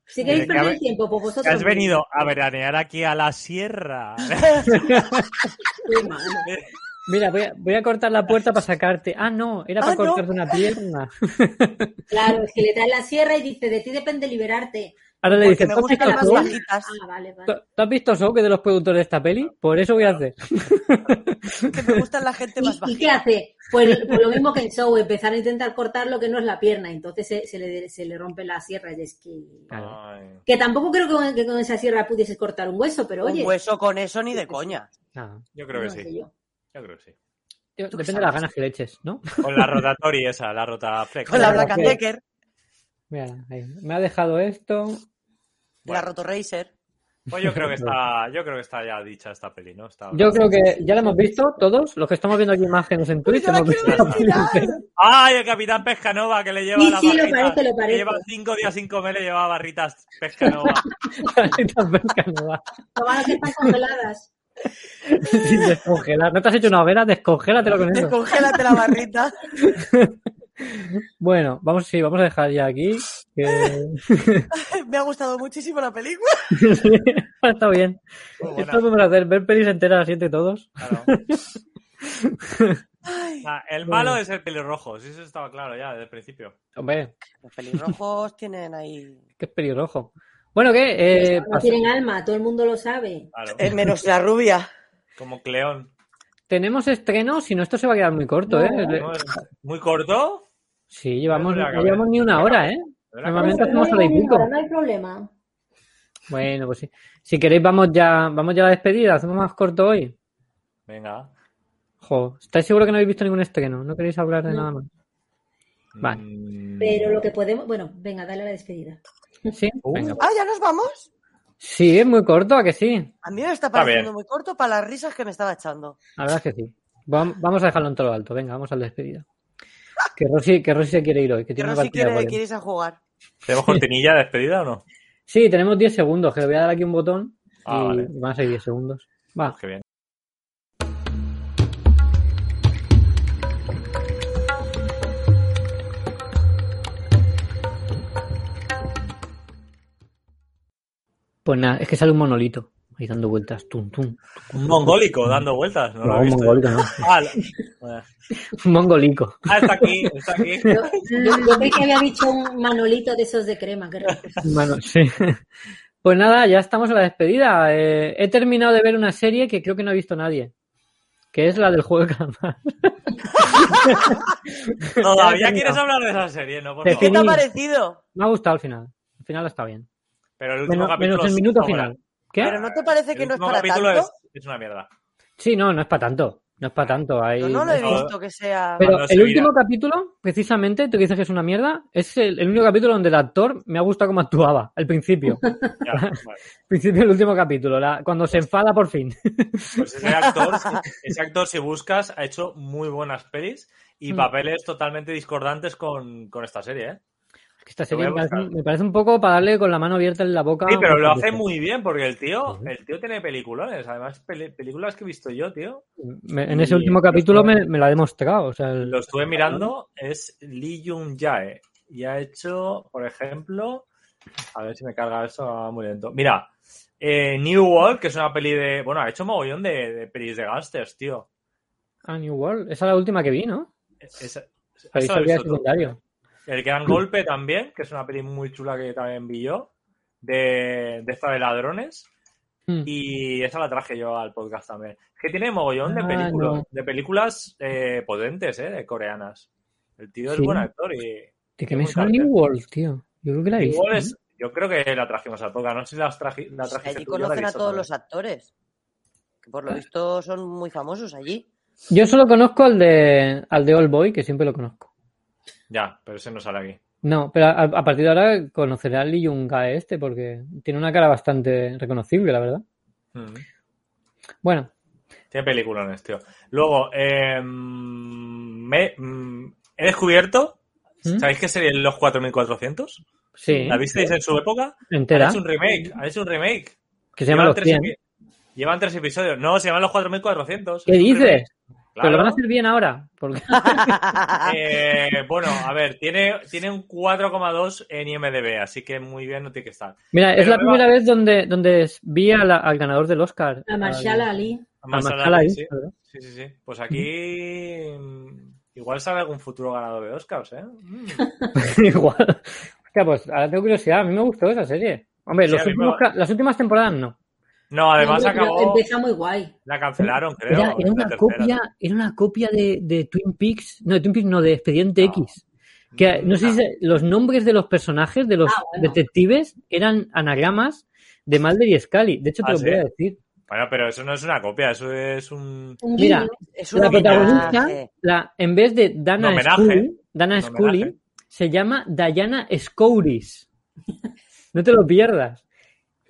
Si
Mire,
queréis
Eh, que
perder
habe-
el tiempo, pues vosotros.
¿Te has venido a veranear aquí a la sierra?
Sí, mano.
Eh.
Mira, voy a, voy a cortar la puerta para sacarte. Ah, no, era para
Ah, no.
cortarte una pierna.
Claro, es que le da en la sierra y dice, de ti depende liberarte.
Ahora le
Porque
dice,
me
¿tú has, visto
gustan más
Soul?
bajitas.
Ah, vale, vale.
¿Tú- tú has visto Soul, que es de los productores de esta peli? Por eso voy a hacer.
Que me gustan la gente más
¿Y, y
bajita.
qué hace? Pues, pues lo mismo que en Show, empezar a intentar cortar lo que no es la pierna, entonces se, se le, se le rompe la sierra. Y es que,
Claro.
Ay.
que tampoco creo que con, que con esa sierra pudieses cortar un hueso, pero oye.
Un hueso con eso ni de coña.
Ah.
Yo creo que
no
sí.
sé yo.
Yo creo que sí.
Yo-
¿Tú qué
Depende de las
sabes?
ganas que le eches, ¿no?
Con la rotatoria esa, la rotaflex.
Con la
Claro,
Black
sí.
Decker,
Mira, ahí. Me ha dejado esto.
la Roto Racer.
Pues yo creo que está, yo creo que está ya dicha esta peli, ¿no? Está-
Yo creo que ya lo hemos visto todos. Los que estamos viendo aquí imágenes en Twitch.
yo la
hemos
quiero
visto
ver al
la peli.
final.
¡Ay, el capitán Pescanova que le lleva
Sí,
la
sí, lo
barrita!
parece, lo
Que
parece.
Lleva cinco días sin comer, le lleva barritas Pescanova.
Carlitos Pescanova.
Lo malo es que están congeladas.
Sin descongelar. ¿No te has hecho una hoguera? Descongélatelo con eso.
Descongélate la barrita.
Bueno, vamos, sí, vamos a dejar ya aquí. que-
Me ha gustado muchísimo la película.
ha estado bien.
Muy buena.
Esto podemos hacer, ver pelis enteras, siete todos.
Claro. Ah, el
Bueno.
malo es el pelirrojo, sí, eso estaba claro ya desde el principio.
Hombre,
Los pelirrojos tienen ahí...
qué pelirrojo. Bueno, ¿qué? Eh,
no
pas-
tienen alma, todo el mundo lo sabe.
Claro.
Eh, menos la rubia.
Como Cleón.
tenemos estreno, si no, esto se va a quedar muy corto, ¿eh? Le-
¿No? ¿Muy corto?
Sí, llevamos,
Espera, que
no
a
llevamos
ver.
ni una hora, ¿eh? Normalmente hacemos
no,
hora y
hay
pico.
problema, no hay problema.
Bueno, pues sí. Si queréis, vamos ya, vamos ya a la despedida. Hacemos más corto hoy.
Venga.
Jo, ¿estáis seguros que no habéis visto ningún estreno? ¿No queréis hablar de
No.
nada más? Vale.
Mm.
Pero lo que podemos. Bueno, venga, dale la despedida.
¿Sí?
Uh.
Venga.
Ah, ¿ya nos vamos?
Sí, es muy corto, ¿a que sí?
A mí me está
Está bien.
pareciendo muy corto para las risas que me estaba echando.
La verdad es que sí. Vam- Vamos a dejarlo en todo lo alto. Venga, vamos a la despedida. Que Rosy, que Rosy se quiere ir hoy, que tiene
Pero
una
si
partida de
quiere,
vóley.
quieres a jugar.
¿Tenemos cortinilla de despedida o no?
Sí, tenemos 10 segundos, que le voy a dar aquí un botón
Ah,
y
vale.
van a ser 10 segundos. Va.
Pues qué bien.
Pues nada, es que sale un monolito ahí dando vueltas. Tum, tum.
Un mongólico dando vueltas, no, lo
No,
he
un
visto.
mongólico, no.
Ah, lo- eh.
Un mongolico.
Ah, está aquí, está aquí.
Yo, yo, yo creí que había dicho un manolito de esos de crema. Que...
Bueno, sí. Pues nada, ya estamos a la despedida. Eh, he terminado de ver una serie que creo que no ha visto nadie. Que es la del juego de calamar.
Todavía
Ya he
quieres
terminado.
hablar de esa serie, ¿no? Por
Te
¿Qué
favor.
te ha
Sí.
parecido?
Me ha gustado al final. Al final está bien.
Pero el último
Menos,
capítulo.
menos el
es-
minuto
no,
final.
bueno,
¿Qué?
Pero no te parece que
el
no es
último
para
capítulo
tanto.
Es, es una mierda.
Sí, no, no es para tanto. No es para tanto. Hay...
Yo no lo he
No.
visto que sea.
Pero
Cuando se
el
vira.
último capítulo, precisamente, tú que dices que es una mierda, es el, el único capítulo donde el actor me ha gustado cómo actuaba al principio. al
Ya, vale.
principio del último capítulo, la- cuando se enfada por fin.
Pues ese actor, ese actor, si buscas, ha hecho muy buenas pelis y
Mm.
papeles totalmente discordantes con, con esta serie, ¿eh?
Es que esta
Lo voy
serie
a
me parece,
buscar.
me parece un poco para darle con la mano abierta en la boca.
Sí, pero lo
muchas
hace
veces.
muy bien porque el tío,
Ah, Ujú.
el tío tiene peliculones, además peli- películas que he visto yo, tío.
Me- en ese
Y
último
los
capítulo
dos-
me, me la ha demostrado. O sea, el-
Lo estuve mirando, es Lee Jung Jae y ha hecho, por ejemplo, a ver si me carga esto va muy lento. Mira, eh, New World, que es una peli de, bueno, ha hecho mogollón de, de pelis de gángsters, tío. E-,
A New World. Esa es la última que vi, ¿no?
Esa-
Pero
esa
esa
la he
había
visto tú.
secundario.
El Gran Golpe también, que es una peli muy chula que también vi yo, de, de esta de ladrones.
Mm.
Y esa la traje yo al podcast también. Es Que tiene mogollón de
Ah,
películas,
no.
de películas eh, potentes, eh, de coreanas. El tío es
Sí.
buen actor y
¿De qué
es
me
muy
suena
tarde.
New World, tío? Yo creo que la he visto. ¿eh?
igual
¿no?
es, yo creo que la trajimos al podcast. No sé si las traji- la
Es que
trajiste
allí
tú, yo la he
conocen a
visto
todos
también.
los actores. Que por lo visto son muy famosos allí.
Yo solo conozco al de, al de All Boy, que siempre lo conozco.
Ya, pero ese no sale aquí.
No, pero a, a partir de ahora conoceré a Lee Jung-ga este, porque tiene una cara bastante reconocible, la verdad.
Mm.
Bueno,
Tiene em, peliculones, tío. Luego, eh, me, mm, he descubierto
¿Mm?
¿Sabéis qué sería Los 4400?
Sí,
¿La visteis en su época?
entera.
Han hecho un remake, han hecho un remake.
Que se llama Los
tres
100.
epi- llevan tres episodios. No, se llaman Los 4400.
¿Qué dices? Pero lo
Claro.
van a hacer bien ahora. Porque... Ah.
Eh, bueno, a ver, tiene, tiene un 4,2 en IMDB, así que muy bien no tiene que estar.
Mira, es
Pero
la
me va-
primera vez donde, donde vi a la- al ganador del Oscar.
A Marshall
al-
Ali.
a
Más
Mahershala
adelante,
Ali,
sí.
¿verdad?
Sí, sí, sí. Pues aquí mm, igual sale algún futuro ganador de Oscars, ¿eh? Mm.
Igual. Hostia, pues ahora tengo curiosidad. A mí me gustó esa serie. Hombre,
Sí,
los
a mí me
últimos
va-
ca- las últimas temporadas no.
No, además
Pero
acabó.
Empieza muy guay.
La cancelaron, creo.
Era,
en
era
la
una
tercera.
copia, era una copia de, de Twin Peaks. No, de Twin Peaks no, de Expediente
No.
X. Que no
Ah,
sé si se- los nombres de los personajes, de los
Ah, bueno.
detectives, eran anagramas de Mulder y Scully. De hecho, te
Ah,
lo
¿sí?
voy a decir.
Bueno, pero eso no es una copia, eso es un.
Un
Mira,
guiño.
Es un
La protagonista,
homenaje.
la, en vez de
Un
Dana
homenaje.
Scully, Dana
Un
Scully
homenaje.
se llama Diana Scouris. No te lo pierdas.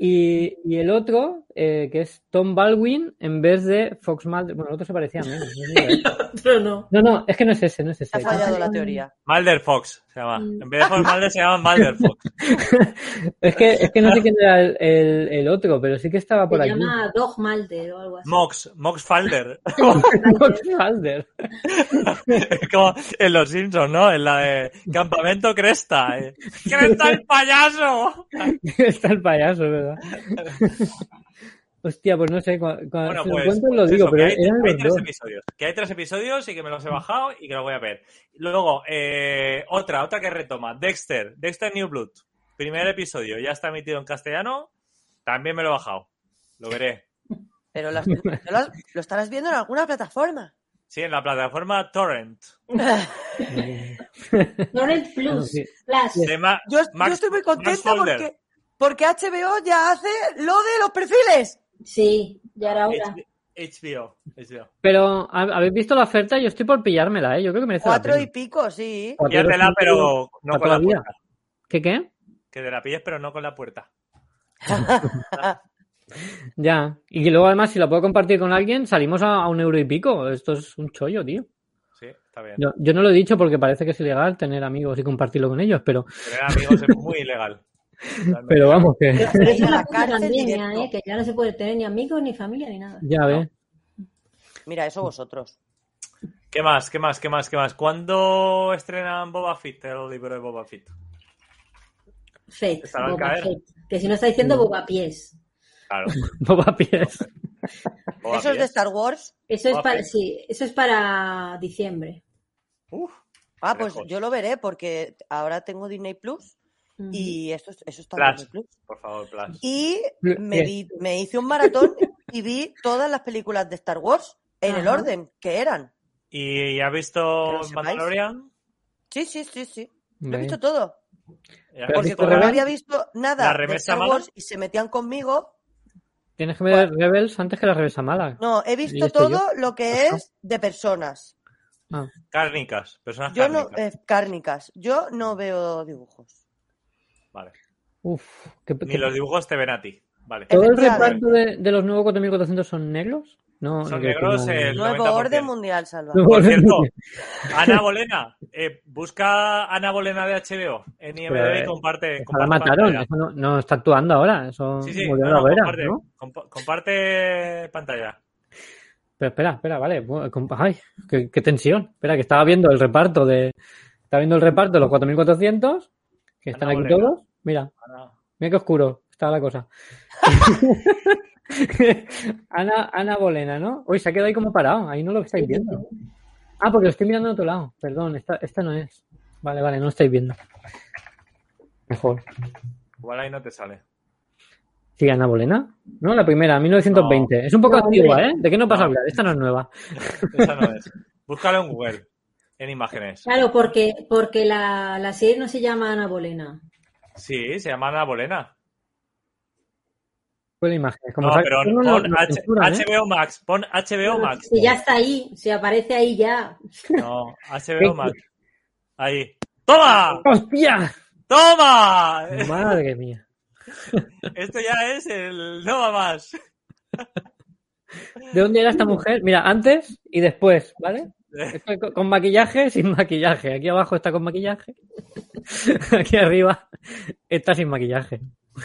Y, y el otro, eh, que es Tom Baldwin, en vez de Fox Mulder. Bueno, el otro se parecía a menos. no sé.
Pero no.
No, no, es que no es ese, no es ese.
Ha fallado la teoría.
Mulder Fox se llama.
Mm.
En vez de Fox Mulder se llama Mulder Fox.
Es que, es que no sé quién era el, el- el otro, pero sí que estaba por
Se
aquí.
llama Dog Malder o algo así.
Mox, Mox Falder.
Fox Mulder.
Es como en Los Simpsons, ¿no? En la de Campamento Cresta. eh. ¡Cresta el payaso!
Está el payaso, ¿verdad? Hostia, pues no sé, cuando,
Bueno,
si
pues,
lo encuentro lo
pues
digo,
eso,
pero
que hay,
eran
hay
los
tres
dos.
episodios. Que hay tres episodios y que me los he bajado y que los voy a ver. Luego, eh, otra, otra que retoma. Dexter, Dexter New Blood. Primer episodio, ya está emitido en castellano. También me lo he bajado. Lo veré.
Pero las- ¿no las- lo estarás viendo en alguna plataforma.
Sí, en la plataforma Torrent.
Torrent Plus.
No, sí.
Plus.
Se llama
Yo, yo
Max-
estoy muy
Max
contenta
Holder.
porque, porque HBO ya hace lo de los perfiles.
Sí, ya era hora.
H- HBO. HBO.
Pero ¿hab- habéis visto la oferta, yo estoy por pillármela, ¿eh? Yo creo que merece
Cuatro
la
y
pena.
pico, sí.
Pues
Cuatro euros
Piérdela,
cinco euros.
pero no
¿Para
con la
todavía?
puerta.
¿Qué qué?
Que te la pilles, pero no con la puerta.
Ya. Y que luego además, si la puedo compartir con alguien, salimos a, a un euro y pico. Esto es un chollo, tío.
Sí, está bien.
Yo, yo no lo he dicho porque parece que es ilegal tener amigos y compartirlo con ellos, pero,
Tener amigos es muy ilegal.
pero vamos, que
Pero
Ir
eso
a
la
la
puso
cárcel
pandemia,
directo.
¿eh? que ya no se puede tener ni amigos, ni familia, ni nada.
ya ves.
Mira,
Mm.
eso vosotros.
¿Qué más? ¿Qué más? ¿Qué más? ¿Qué más? ¿Cuándo estrenan Boba Fett, el libro de Boba Fett?
Fett,
Te saben
Boba
caer.
Fett. Que si no está
Mm.
diciendo Boba Pies.
Claro.
Boba Pies.
Boba
Eso es
Fett.
de Star Wars.
Eso es
Boba
para,
Fett.
sí, eso es para diciembre.
Uf,
Ah, pues
Lejos.
yo lo veré porque ahora tengo Disney Plus
Mm.
Ujú.
y esto, es- eso está
Plus.
en Disney Plus.
por favor, Plas.
Y
Lo-
me,
¿qué?
di- me hice un maratón y vi todas las películas de Star Wars en el
Ajá.
orden que eran.
¿Y has
Que
visto
lo sepáis.
Mandalorian?
Sí, sí, sí, sí. Lo he
Ve.
visto todo.
¿Ya
Pero
has
has
Porque
visto
visto
Rebels?
como no
Rebel?
había visto
¿La
nada de
remesa
Star
mala?
Wars y se metían conmigo,
Tienes que ver Rebels antes que la revesa mala.
no, he
¿Y
visto
esto yo?
todo lo que
Ajá.
es de personas.
Ah,
Cárnicas, personas
Yo no,
Ah, cárnicas.
eh, cárnicas. Yo no veo dibujos. eh,
Vale.
uf, qué,
Ni
qué-
los dibujos te ven a ti. Vale.
¿Todo el
Efectivamente.
reparto de, de los nuevos 4.400 son negros? No,
Son
no creo que
negros,
no.
el-
Nuevo
90%.
orden mundial, Salva.
No,
Por
no,
cierto,
no.
Ana Bolena, eh, busca Ana Bolena de HBO en IMDb y
eh,
comparte.
Esa la
comparte
mataron,
pantalla.
esa no, no está actuando ahora, eso
Sí, sí,
murió
no,
en la
no,
hoguera,
comparte,
¿no?
compa- comparte pantalla.
Pero espera, espera, vale. bueno, com- Ay, qué, qué tensión. Espera, que estaba viendo el reparto de. Estaba viendo el reparto de los 4.400, que están
Ana
aquí
Bolena.
todos. Mira,
Ana.
mira qué oscuro está la cosa. Ana, Ana Bolena, ¿no? Uy, se ha quedado ahí como parado, ahí no lo estáis viendo. Ah, porque lo estoy mirando a otro lado, perdón, esta, esta no es. Vale, vale, no lo estáis viendo. Mejor.
Igual ahí no te sale.
Sí, Ana Bolena. No, la primera, 1920. Es un poco
No, hombre.
antigua, ¿eh? ¿De qué no vas
No.
a hablar? Esta no es nueva.
Esa no es. Búscalo en Google, en imágenes.
Claro, porque, porque la, la serie no se llama Ana Bolena.
Sí, se llama Ana Bolena.
Fue la imagen. Como
No,
saca-
pero
no,
pon
no, no,
H-
censuran, ¿eh?
HBO Max, pon HBO Max.
Si ya está ahí, si aparece ahí ya.
Eh. No, HBO Max. Ahí. ¡Toma!
¡Hostia!
¡Toma!
Madre mía.
Esto ya es el no va más.
¿De dónde era esta mujer? Mira, antes y después, ¿vale? Esto es con- Con maquillaje, sin maquillaje. Aquí abajo está con maquillaje. Aquí arriba está sin maquillaje.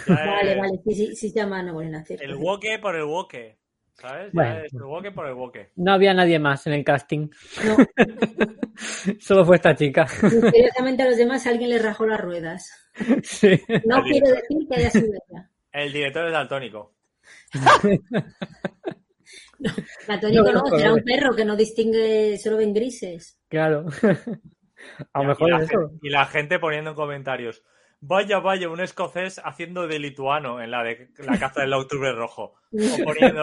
Ya
Vale,
es
vale, sí, sí, sí, llama a Napoleón Acero.
El woke por el woke. ¿Sabes? Ya
Bueno.
es el woke por el woke.
No había nadie más en el casting.
No,
Solo fue esta chica.
misteriosamente a los demás alguien les rajó las ruedas.
Sí.
No
Alguien.
quiero decir que haya sido ella.
El director es daltónico.
Platónico
No,
no,
no,
será un
joder.
perro que no distingue, solo ven grises.
Claro. A lo
y,
mejor
la
es eso.
Gente, y la gente poniendo en comentarios. Vaya, vaya, un escocés haciendo de lituano en la de la caza del octubre rojo. O poniendo,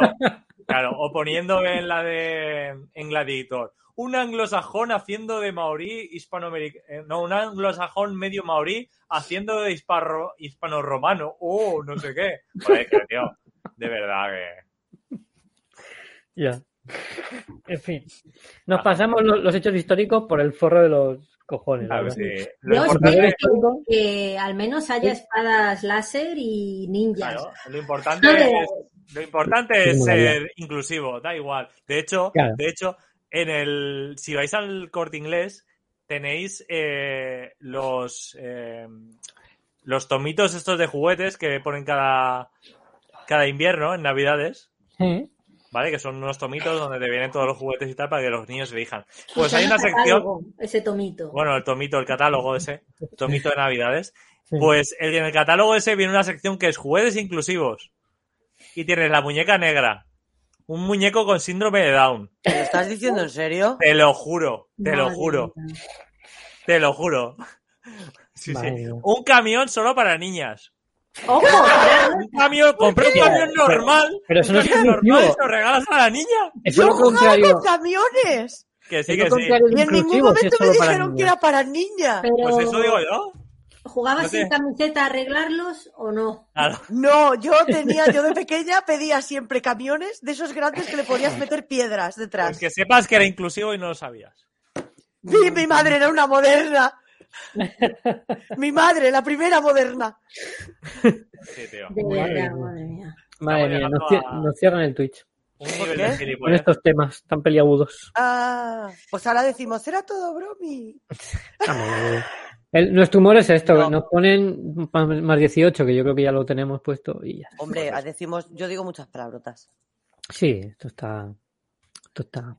claro, o poniendo en la de en Gladiator. Un anglosajón haciendo de maorí hispanoamericano. No, un anglosajón medio maorí haciendo de hispano hispano-romano. Oh, no sé qué. Joder, que, tío, de verdad que.
Ya. En fin. Nos pasamos lo- los, hechos históricos por el forro de los cojones. la
Claro que
verdad.
sí.
Yo
Lo
importante-
espero
importante,
que- que al menos haya espadas láser y ninjas.
claro, lo importante es Lo importante es ser inclusivo, da igual. De hecho,
Claro.
de hecho, en el si vais al corte inglés, tenéis eh, los eh, los tomitos estos de juguetes que ponen cada, cada invierno, en navidades,
Sí.
¿vale? Que son unos tomitos donde te vienen todos los juguetes y tal para que los niños elijan. Pues
Está
hay
en
una
el
sección,
catálogo, Ese tomito.
bueno, el tomito, el catálogo ese, tomito de navidades,
Sí.
pues el- en el catálogo ese viene una sección que es juguetes inclusivos. Y tienes la muñeca negra. Un muñeco con síndrome de Down.
¿Me lo estás diciendo en serio?
Te lo juro, te lo
Madre
juro,
mía.
te lo juro. Sí,
Madre
sí.
mía.
Un camión solo para niñas.
¡Ojo!
Un camión, compré un
Pero-
camión normal.
pero eso
un
no es
camión
inclusivo.
normal, se lo regalas a la niña.
Eso
¡Yo
es lo
jugaba
contrario.
con camiones!
Que sí,
Es lo
que sí.
contrario de
Y en ningún
inclusivo, si
momento
es
me
solo para
dijeron que
niñas. Eh.
era para niña.
Pero,
Pues eso digo yo.
¿jugabas
no sé.
sin camiseta a arreglarlos o no?
Claro.
No, yo tenía, yo de pequeña pedía siempre camiones de esos grandes que le podías meter piedras
Pues
detrás.
que sepas que era inclusivo y no lo sabías.
Mi, mi madre era una moderna. Mi madre, la primera moderna.
Sí, tío.
De
Madre
verdad,
mía.
madre mía.
Madre mía,
Estamos
nos, cier-
llegando a-
nos cierran el Twitch
Un nivel
qué?
de
Con
con
gilipollas.
estos temas tan peliagudos.
Ah, pues ahora decimos, era todo bromi.
Vamos. El- nuestro humor es esto,
No.
que nos ponen pa- más 18, que yo creo que ya lo tenemos puesto y ya.
Hombre, decimos, yo digo muchas palabrotas.
Sí, esto está. Esto está.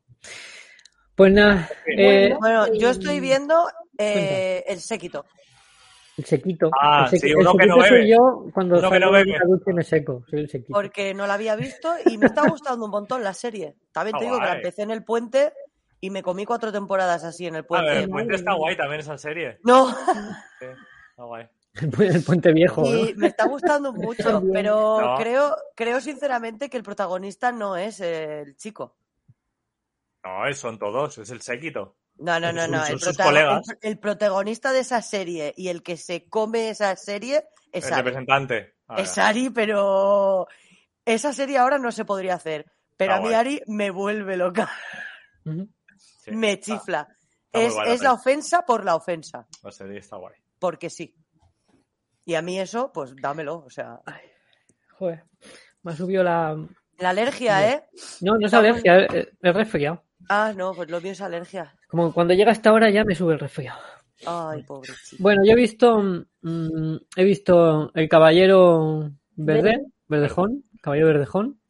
Pues nada, eh,
Bueno, yo estoy viendo eh, el séquito.
el sequito.
Ah,
el sequi-
sí,
el
uno que no
sequito soy
bebe.
yo cuando
Uno que no
salgo de
bebe.
la ducha y me seco. Soy el sequito.
porque no la había visto y me está gustando un montón la serie. También te
Ah,
digo que la
guay.
empecé en el puente y me comí cuatro temporadas así en el
A
Ah,
puente.
ver, el puente Pues, está guay también esa serie.
No,
Está guay.
El pu- El puente viejo, ¿no?
y me está gustando mucho,
También.
pero
No.
creo, creo sinceramente que el protagonista no es el chico.
No, son todos, es el séquito.
No, no, no,
Son-
no.
son
El,
sus
protago-
colegas.
el- el protagonista de esa serie y el que se come esa serie es
El
Ari.
representante. Ah,
Es Ari, pero esa serie ahora no se podría hacer. Pero
Ah,
a mí
guay.
Ari me vuelve loca,
Ujú.
sí.
me
Está-
chifla.
está muy
es
guay
es la
peli.
ofensa por la ofensa.
La serie está guay.
porque sí. Y a mí eso, pues dámelo. O sea,
Joder, me ha subido la.
la
No.
alergia, ¿eh?
No, no es
Está muy-
alergia, eh, es es resfriado.
Ah, no, pues lo mío es alergia.
Como cuando llega esta hora ya me sube el resfriado.
Ay, pobre chico.
Bueno, yo he visto. mm, he visto El Caballero Verde, Verdejón, Caballero Verdejón,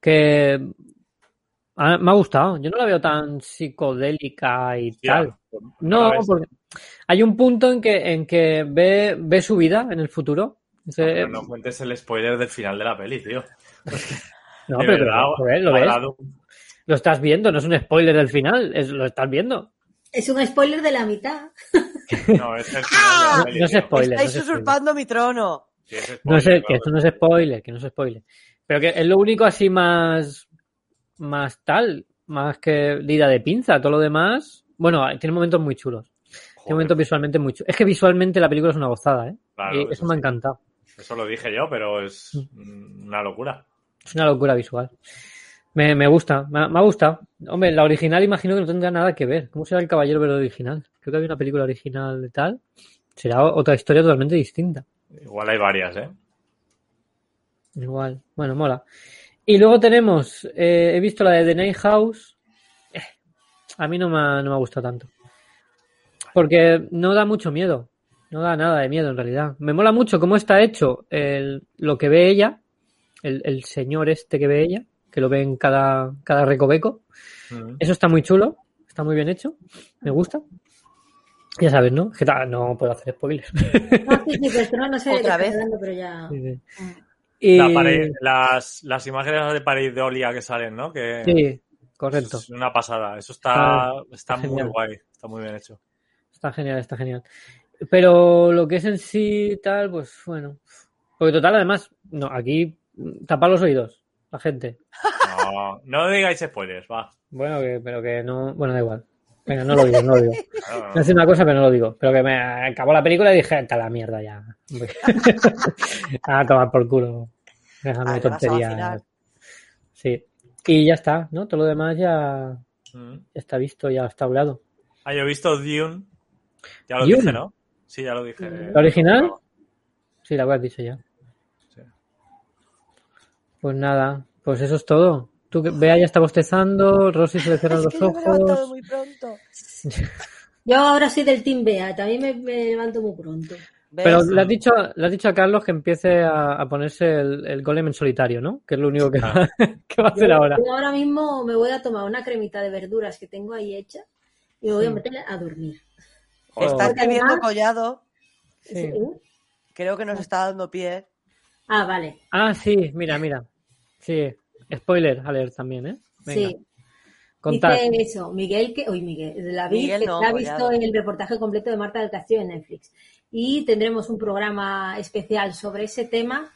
que. ah, me ha gustado. Yo no la veo tan psicodélica y tal. No,
la ves.
porque hay un punto en que, en que ve, ve su vida en el futuro. Dice,
Pero no cuentes el spoiler del final de la peli, tío.
no, pero
de
que
verdad,
lo- lo ves, lo ves,
hablado-
lo estás viendo, no es un spoiler del final, es- lo estás viendo.
Es un spoiler de la mitad.
No, es el final de la peli,
Ah, No es
tío.
spoiler. no
Estáis
es spoiler.
usurpando mi trono.
Sí, es spoiler,
No sé, que
claro.
esto no es spoiler, que no es spoiler. Pero que es lo único así más, más tal, más que lida de pinza, todo lo demás. Bueno, tiene momentos muy chulos.
Joder,
Tiene momentos visualmente muy chulos. Es que visualmente la película es una gozada, ¿eh?
Claro,
Y
eso
eso, me ha
sí.
encantado.
Eso lo dije yo, pero es mm, una locura.
Es una locura visual. Me, me gusta, me, ha- me ha gustado. Hombre, la original imagino que no tendrá nada que ver. ¿Cómo será el Caballero Verde original? Creo que había una película original de tal. Será o- otra historia totalmente distinta.
Igual hay varias, ¿eh?
Igual, bueno, mola. Y luego tenemos, eh, he visto la de The Night House. Eh, A mí no me ha, no me ha gustado tanto. Porque no da mucho miedo. No da nada de miedo en realidad. Me mola mucho cómo está hecho el- lo que ve ella, el, el señor este que ve ella, que lo ve en cada, cada recoveco. Eso está muy chulo, está muy bien hecho, me gusta. Ya sabes, ¿no? Que ta- no puedo hacer spoilers.
No, sí, sí, pero no sé de qué
Otra
está
vez.
hablando, pero ya.
Y-
La pared- las, las imágenes de París de Olia que salen, ¿no? Que
Sí, correcto. Ah,
es una pasada. Eso está, está muy
genial.
guay, está muy bien hecho.
Está genial, está genial. Pero lo que es en sí tal, pues bueno. Porque total, además, no, aquí mm, tapar los oídos, la gente.
No, no digáis spoilers, va.
Bueno, que, pero que no, bueno, da igual. Venga, no lo digo, no lo digo.
No, no,
Voy a
no.
decir una cosa, pero no lo digo. Pero que me acabó la película y dije, está la mierda ya. a tomar por culo. Déjame
Ah,
de
le vas a
tonterías.
vacilar.
Sí. Y ya está, ¿no? Todo lo demás ya
Mm.
está visto, ya está hablado.
Ah, yo he visto Dune. Ya lo
Dune.
dije, ¿no? Sí, ya lo dije.
¿La original? Sí, la habrás dicho ya.
Sí.
Pues nada, pues eso es todo. Tú que vea ya está bostezando, Rosy se le cierran los ojos.
pronto.
Yo ahora soy del Team Bea, también me, me levanto muy pronto.
Pero
¿Ves?
le has dicho, le has dicho a Carlos que empiece a, a ponerse el, el golem en solitario, ¿no? Que es lo único que, va, que va a hacer
Yo-
ahora.
yo ahora mismo me voy a tomar una cremita de verduras que tengo ahí hecha y me voy a meter a dormir.
Está
Oh,
escribiendo Collado.
sí.
Creo que nos está dando pie.
¿Eh? Ah, vale.
Ah, sí, mira, mira. Sí, spoiler a leer también, ¿eh? Venga,
Sí.
contad.
Dice eso, Miguel, que, uy, Miguel, David,
Miguel
que
no,
ha
Collado.
visto el reportaje completo de Marta del Castillo en Netflix. Y tendremos un programa especial sobre ese tema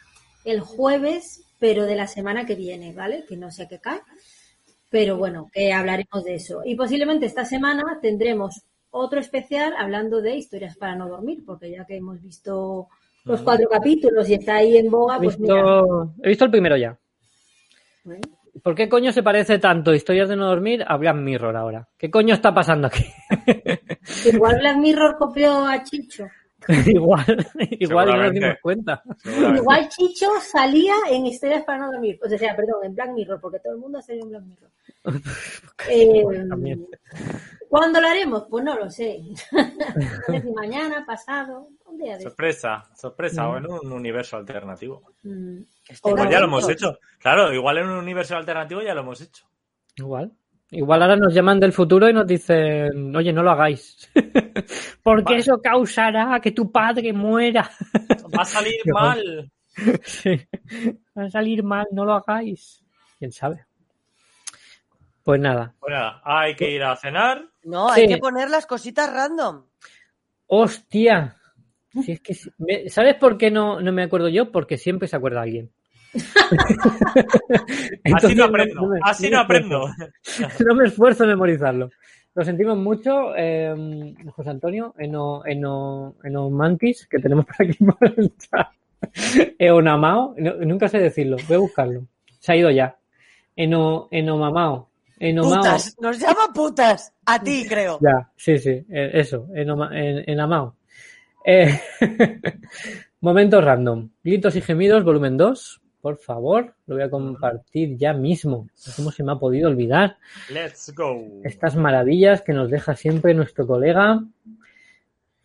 el jueves, pero de la semana que viene, ¿vale? Que no sé a qué cae. Pero bueno, que hablaremos de eso. Y posiblemente esta semana tendremos otro especial hablando de historias para no dormir, porque ya que hemos visto los cuatro capítulos y está ahí en boga,
He
pues ¿eh? mira.
visto, he visto el primero ya.
bueno.
¿Por qué coño se parece tanto historias de no dormir a Black Mirror ahora? ¿Qué coño está pasando aquí?
Igual Black Mirror copió a Chicho.
igual, igual y no nos
Seguramente.
dimos cuenta.
Seguramente.
Igual Chicho salía en historias para no dormir. O sea, perdón, en Black Mirror, porque todo el mundo salió en Black Mirror. Eh,
también.
¿Cuándo lo haremos? Pues no lo sé. No sé si mañana, pasado, un día de
Sorpresa, sorpresa, o en un universo alternativo.
Mm,
Este
Pues
Pues ya lo hemos
momento.
hecho. Claro, igual en un universo alternativo ya lo hemos hecho.
Igual. Igual ahora nos llaman del futuro y nos dicen, oye, no lo hagáis. Porque
Vale.
eso causará que tu padre muera.
Va a salir
Qué
mal.
Sí. Va a salir mal, no lo hagáis. ¿Quién sabe? Pues nada.
Bueno, hay que ir a cenar.
No, hay
Sí.
que poner las cositas random.
¡Hostia! Si es que sí. Me- ¿Sabes por qué no, no me acuerdo yo? Porque siempre se acuerda alguien.
Así
Entonces,
no aprendo.
me-
Así
me
no aprendo.
no me esfuerzo en memorizarlo. Lo sentimos mucho, eh, José Antonio, en los en o- en los manquis que tenemos por aquí por el chat. Eonamao, no- nunca sé decirlo, voy a buscarlo. Se ha ido ya. Eno, enomamao. Enomao.
Putas, nos llama putas. A ti, creo.
Ya, sí, sí, eh, eso, enoma- en, enamao. Eh, momentos random. Gritos y gemidos, volumen 2. Por favor, lo voy a compartir ya mismo. ¿Cómo se me ha podido olvidar?
Let's go.
estas maravillas que nos deja siempre nuestro colega,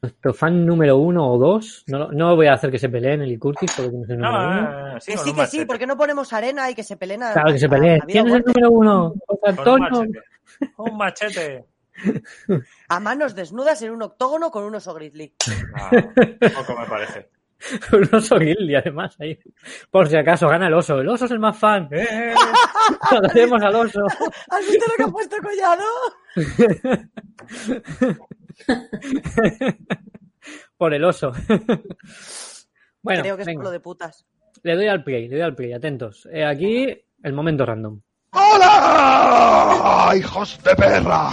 nuestro fan número uno o dos. No, lo- no voy a hacer que se peleen el y Curtis, porque no es el
No, eh,
número
no,
uno.
no, no, sí,
Que
con
sí,
un
que sí,
machete,
porque no ponemos arena y que se peleen. a-
Claro que se
a-
peleen.
a vida
¿Quién es el
muerte.
número uno? José
con un
Antonio.
machete. Un machete.
A manos desnudas en un octógono con un oso grizzly.
Ah, poco me parece.
Un oso Gilly, además. Ahí. Por si acaso gana el oso. El oso es el más fan. ¡Eh! Agradecemos al oso.
¿Has visto lo que ha puesto Collado?
Por el oso. Bueno,
creo que es
venga.
por lo de putas.
le doy al play, le doy al play, atentos. Eh, aquí el momento random.
¡Hola! ¡Hijos de perra!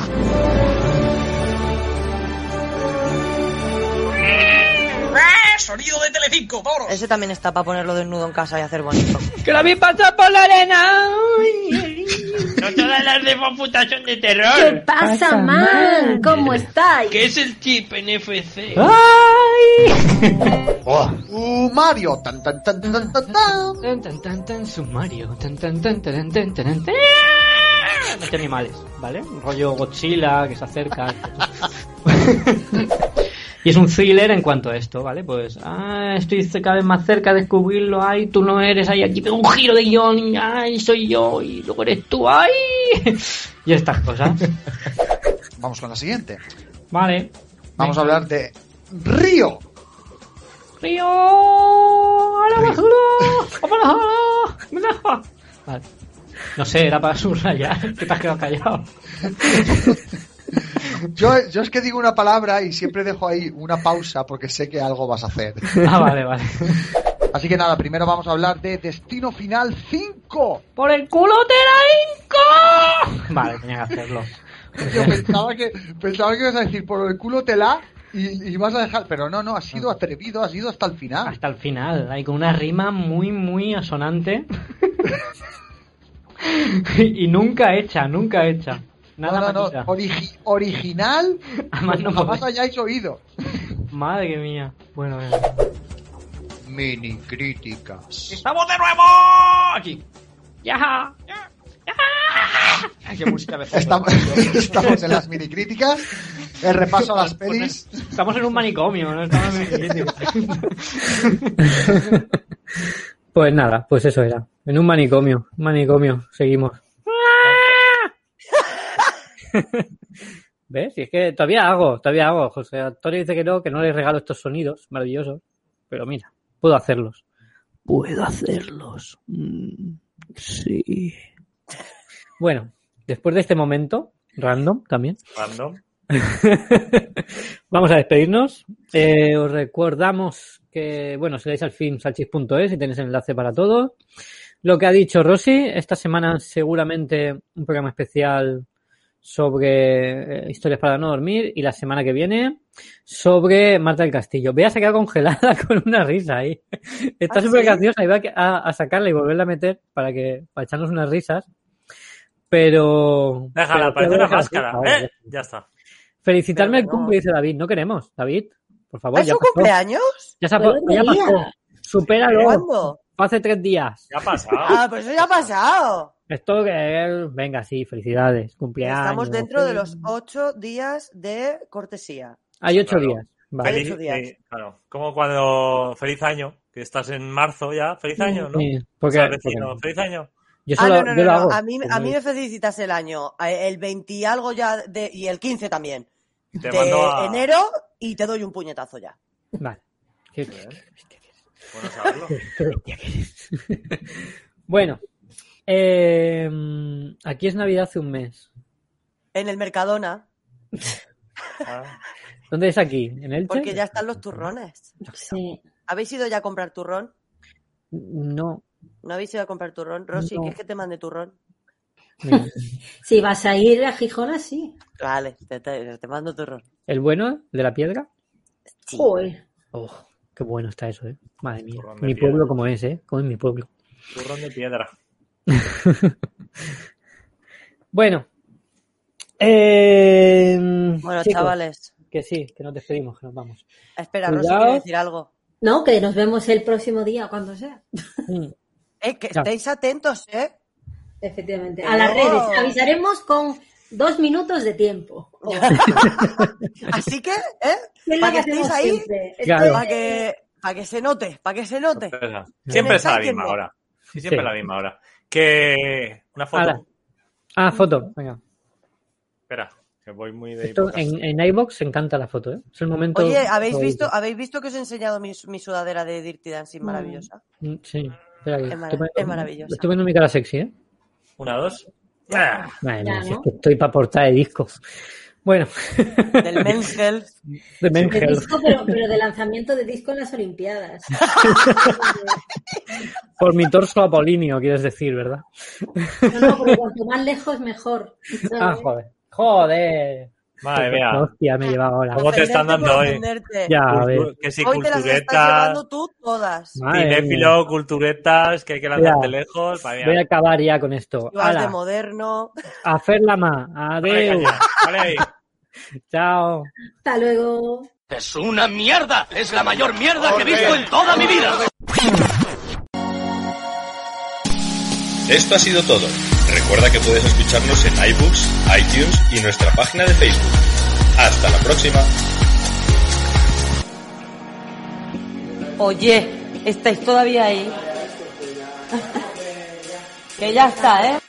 Ese también está para ponerlo desnudo en casa y hacer bonito.
¡Que la vi pasar por la arena! Ay,
No todas las de putas son de terror.
¿Qué pasa, man? ¿Cómo estáis?
¿Qué es el chip NFC?
¡Ah!
¡Uh, Mario! ¡Tan, tan, tan, tan, tan, tan!
Tan, tan, tan, tan, sumario. Tan, tan, tan, tan, tan, tan, tan, tan.
hacia animales, ¿vale? Un rollo Godzilla que se acerca. y es un thriller en cuanto a esto, ¿vale? Pues, ah, estoy cada vez más cerca de descubrirlo, ay, tú no eres, ay, aquí tengo un giro de guión, y, ay, soy yo, y luego eres tú, ay. y estas cosas.
Vamos con la siguiente.
Vale.
Vamos a hablar de Río.
Río, a la basura, a la basura, me deja. Vale. No sé, era para subrayar, que te has quedado callado.
Yo, yo es que digo una palabra y siempre dejo ahí una pausa porque sé que algo vas a hacer.
Ah, vale, vale.
Así que nada, primero vamos a hablar de Destino Final 5.
¡Por el culo te la hinco! Vale, tenía que hacerlo.
Yo pensaba que, pensaba que ibas a decir por el culo te la y, y vas a dejar. Pero no, no, has sido atrevido, has ido hasta el final.
Hasta el final, hay con una rima muy, muy asonante. y nunca hecha, nunca hecha. Nada
no, no,
matita.
no. origi- original,
A más no
jamás
poder.
hayáis oído.
Madre mía. Bueno, bueno.
Mini críticas.
¡Estamos de nuevo! Aquí. ¡Ya! ¡Ya! ¡Ya! ¡Qué música de fondo.
Estamos, estamos en las mini críticas. El repaso a las pelis.
Estamos en un manicomio, no estamos en un Pues nada, pues eso era. En un manicomio, un manicomio, seguimos. ¿Ves? Y es que todavía hago, todavía hago. José Antonio dice que no, que no le regalo estos sonidos maravillosos. Pero mira, puedo hacerlos. Puedo hacerlos. Mm, sí. Bueno, después de este momento, random también,
Random.
Vamos a despedirnos. Eh, os recordamos que, bueno, si le dais al film salchis.es y tenéis el enlace para todo. Lo que ha dicho Rosy, esta semana seguramente un programa especial sobre eh, historias para no dormir y la semana que viene sobre Marta del Castillo. Vea, se ha quedado congelada con una risa ahí. Está
¿Ah,
súper
sí?
graciosa. Iba a, a sacarla y volverla a meter para que para echarnos unas risas. Pero...
Déjala,
pero-
parece una
déjala así.
máscara.
Ah,
¿eh? Ya está.
Felicitarme
Pero
el
no.
cumple, dice David. No queremos, David. Por favor,
¿Es
ya
su
pasó.
cumpleaños?
Ya, se ha-
Pero
ya
no
pasó.
digas.
Supéralo.
¿Cuándo?
Fue hace tres días.
Ya ha pasado.
Ah, pues eso ya ha pasado.
Esto que... Venga, sí, felicidades. Cumpleaños.
Estamos dentro de los ocho días de cortesía.
Hay ocho
Claro.
días. Vale.
Feliz-
Feliz,
ocho días.
sí, claro. Como cuando feliz año, que estás en marzo ya. Feliz año, ¿no?
Sí,
O
porque,
sea, vecino,
porque
feliz año.
yo
Ah,
solo
no, no,
yo
no,
lo
no.
hago.
A, mí,
Pues
a mí
no-
me felicitas el año, a- el 20 y algo ya, de, y el 15 también,
Te
de
mando a.
enero, y te doy un puñetazo ya.
Vale. Qué-
Bueno, saberlo.
qué bestia que eres. bueno. eh, aquí es Navidad hace un mes.
En el Mercadona,
Ah,
¿Dónde es aquí? ¿En Elche?
porque ya están los turrones.
Sí.
¿Habéis ido ya a comprar turrón?
No.
¿No habéis ido a comprar turrón? Rosy,
No.
¿quieres que te mande turrón?
Mira,
Si vas a ir a Gijón así.
Vale, te, te- te mando turrón.
¿El bueno? ¿El de la piedra?
Joder.
Oh, qué bueno está eso, ¿eh? Madre mía.
Turrón de
Mi
piedra.
pueblo como es, ¿eh? Como es mi pueblo.
turrón de piedra.
Bueno. Eh,
Bueno,
chicos,
chavales,
Que sí, que nos despedimos, que nos vamos.
espera, Rosy
Cuidado.
quiere decir algo.
No, que nos vemos el próximo día, cuando sea.
Mm,
Eh, que
Chao.
estéis atentos, ¿eh?
Efectivamente.
No.
A las redes. Avisaremos con dos minutos de tiempo.
Así que, ¿eh?
¿Qué es lo
Para
que
que estéis
hacemos
ahí,
siempre?
Claro.
para que, para que se note, para que se note.
Sorpresa.
¿Quién
Siempre es a
está,
la
quién
misma
no?
hora. Sí, siempre
Sí.
a la misma hora. Que. Una foto.
Ala. Ah, foto. Venga.
Espera, que voy muy de.
Esto,
hipocas.
en, en iBox se encanta la foto, ¿eh? Es el momento.
Oye, ¿habéis
favorito.
visto, ¿habéis visto que os he enseñado mi, mi sudadera de Dirty Dancing maravillosa?
Mm, Sí. Espera que
Es mara-
estoy poniendo-
es maravillosa.
Estoy poniendo mi cara sexy, ¿eh?
Una, dos. Ah,
Madre
Ya,
mía, si
¿no?
es que estoy para portar de discos. Bueno,
Del Men's Health.
de Men's
De
Health.
disco, pero, pero de lanzamiento de disco en las Olimpiadas.
Por mi torso apolíneo, quieres decir, ¿verdad?
No, no, porque cuanto más lejos, mejor. ¿sabes?
Ah, joder. Joder.
Madre mía.
Hostia, me he llevado ahora.
¿Cómo te están
Ofenderte por
dando hoy?
ofenderte.
Ya, a ver.
Cultu- Que si
Hoy te las estás
cultureta.
llevando tú todas.
Madre mía.
Cinéfilo, culturetas, que hay que lanzarte
Mira.
lejos. Madre mía.
Voy a acabar ya con esto.
Tú vas de
Ala,
moderno.
a Fer Lama.
Vale,
Adeu.
calla. Vale ahí.
Chao.
Hasta luego.
¡Es una mierda! ¡Es la mayor mierda que he visto en toda mi vida!
Esto ha sido todo. Recuerda que puedes escucharnos en iBooks, iTunes y nuestra página de Facebook. Hasta la próxima.
Oye, ¿estáis todavía ahí? que ya está, ¿eh?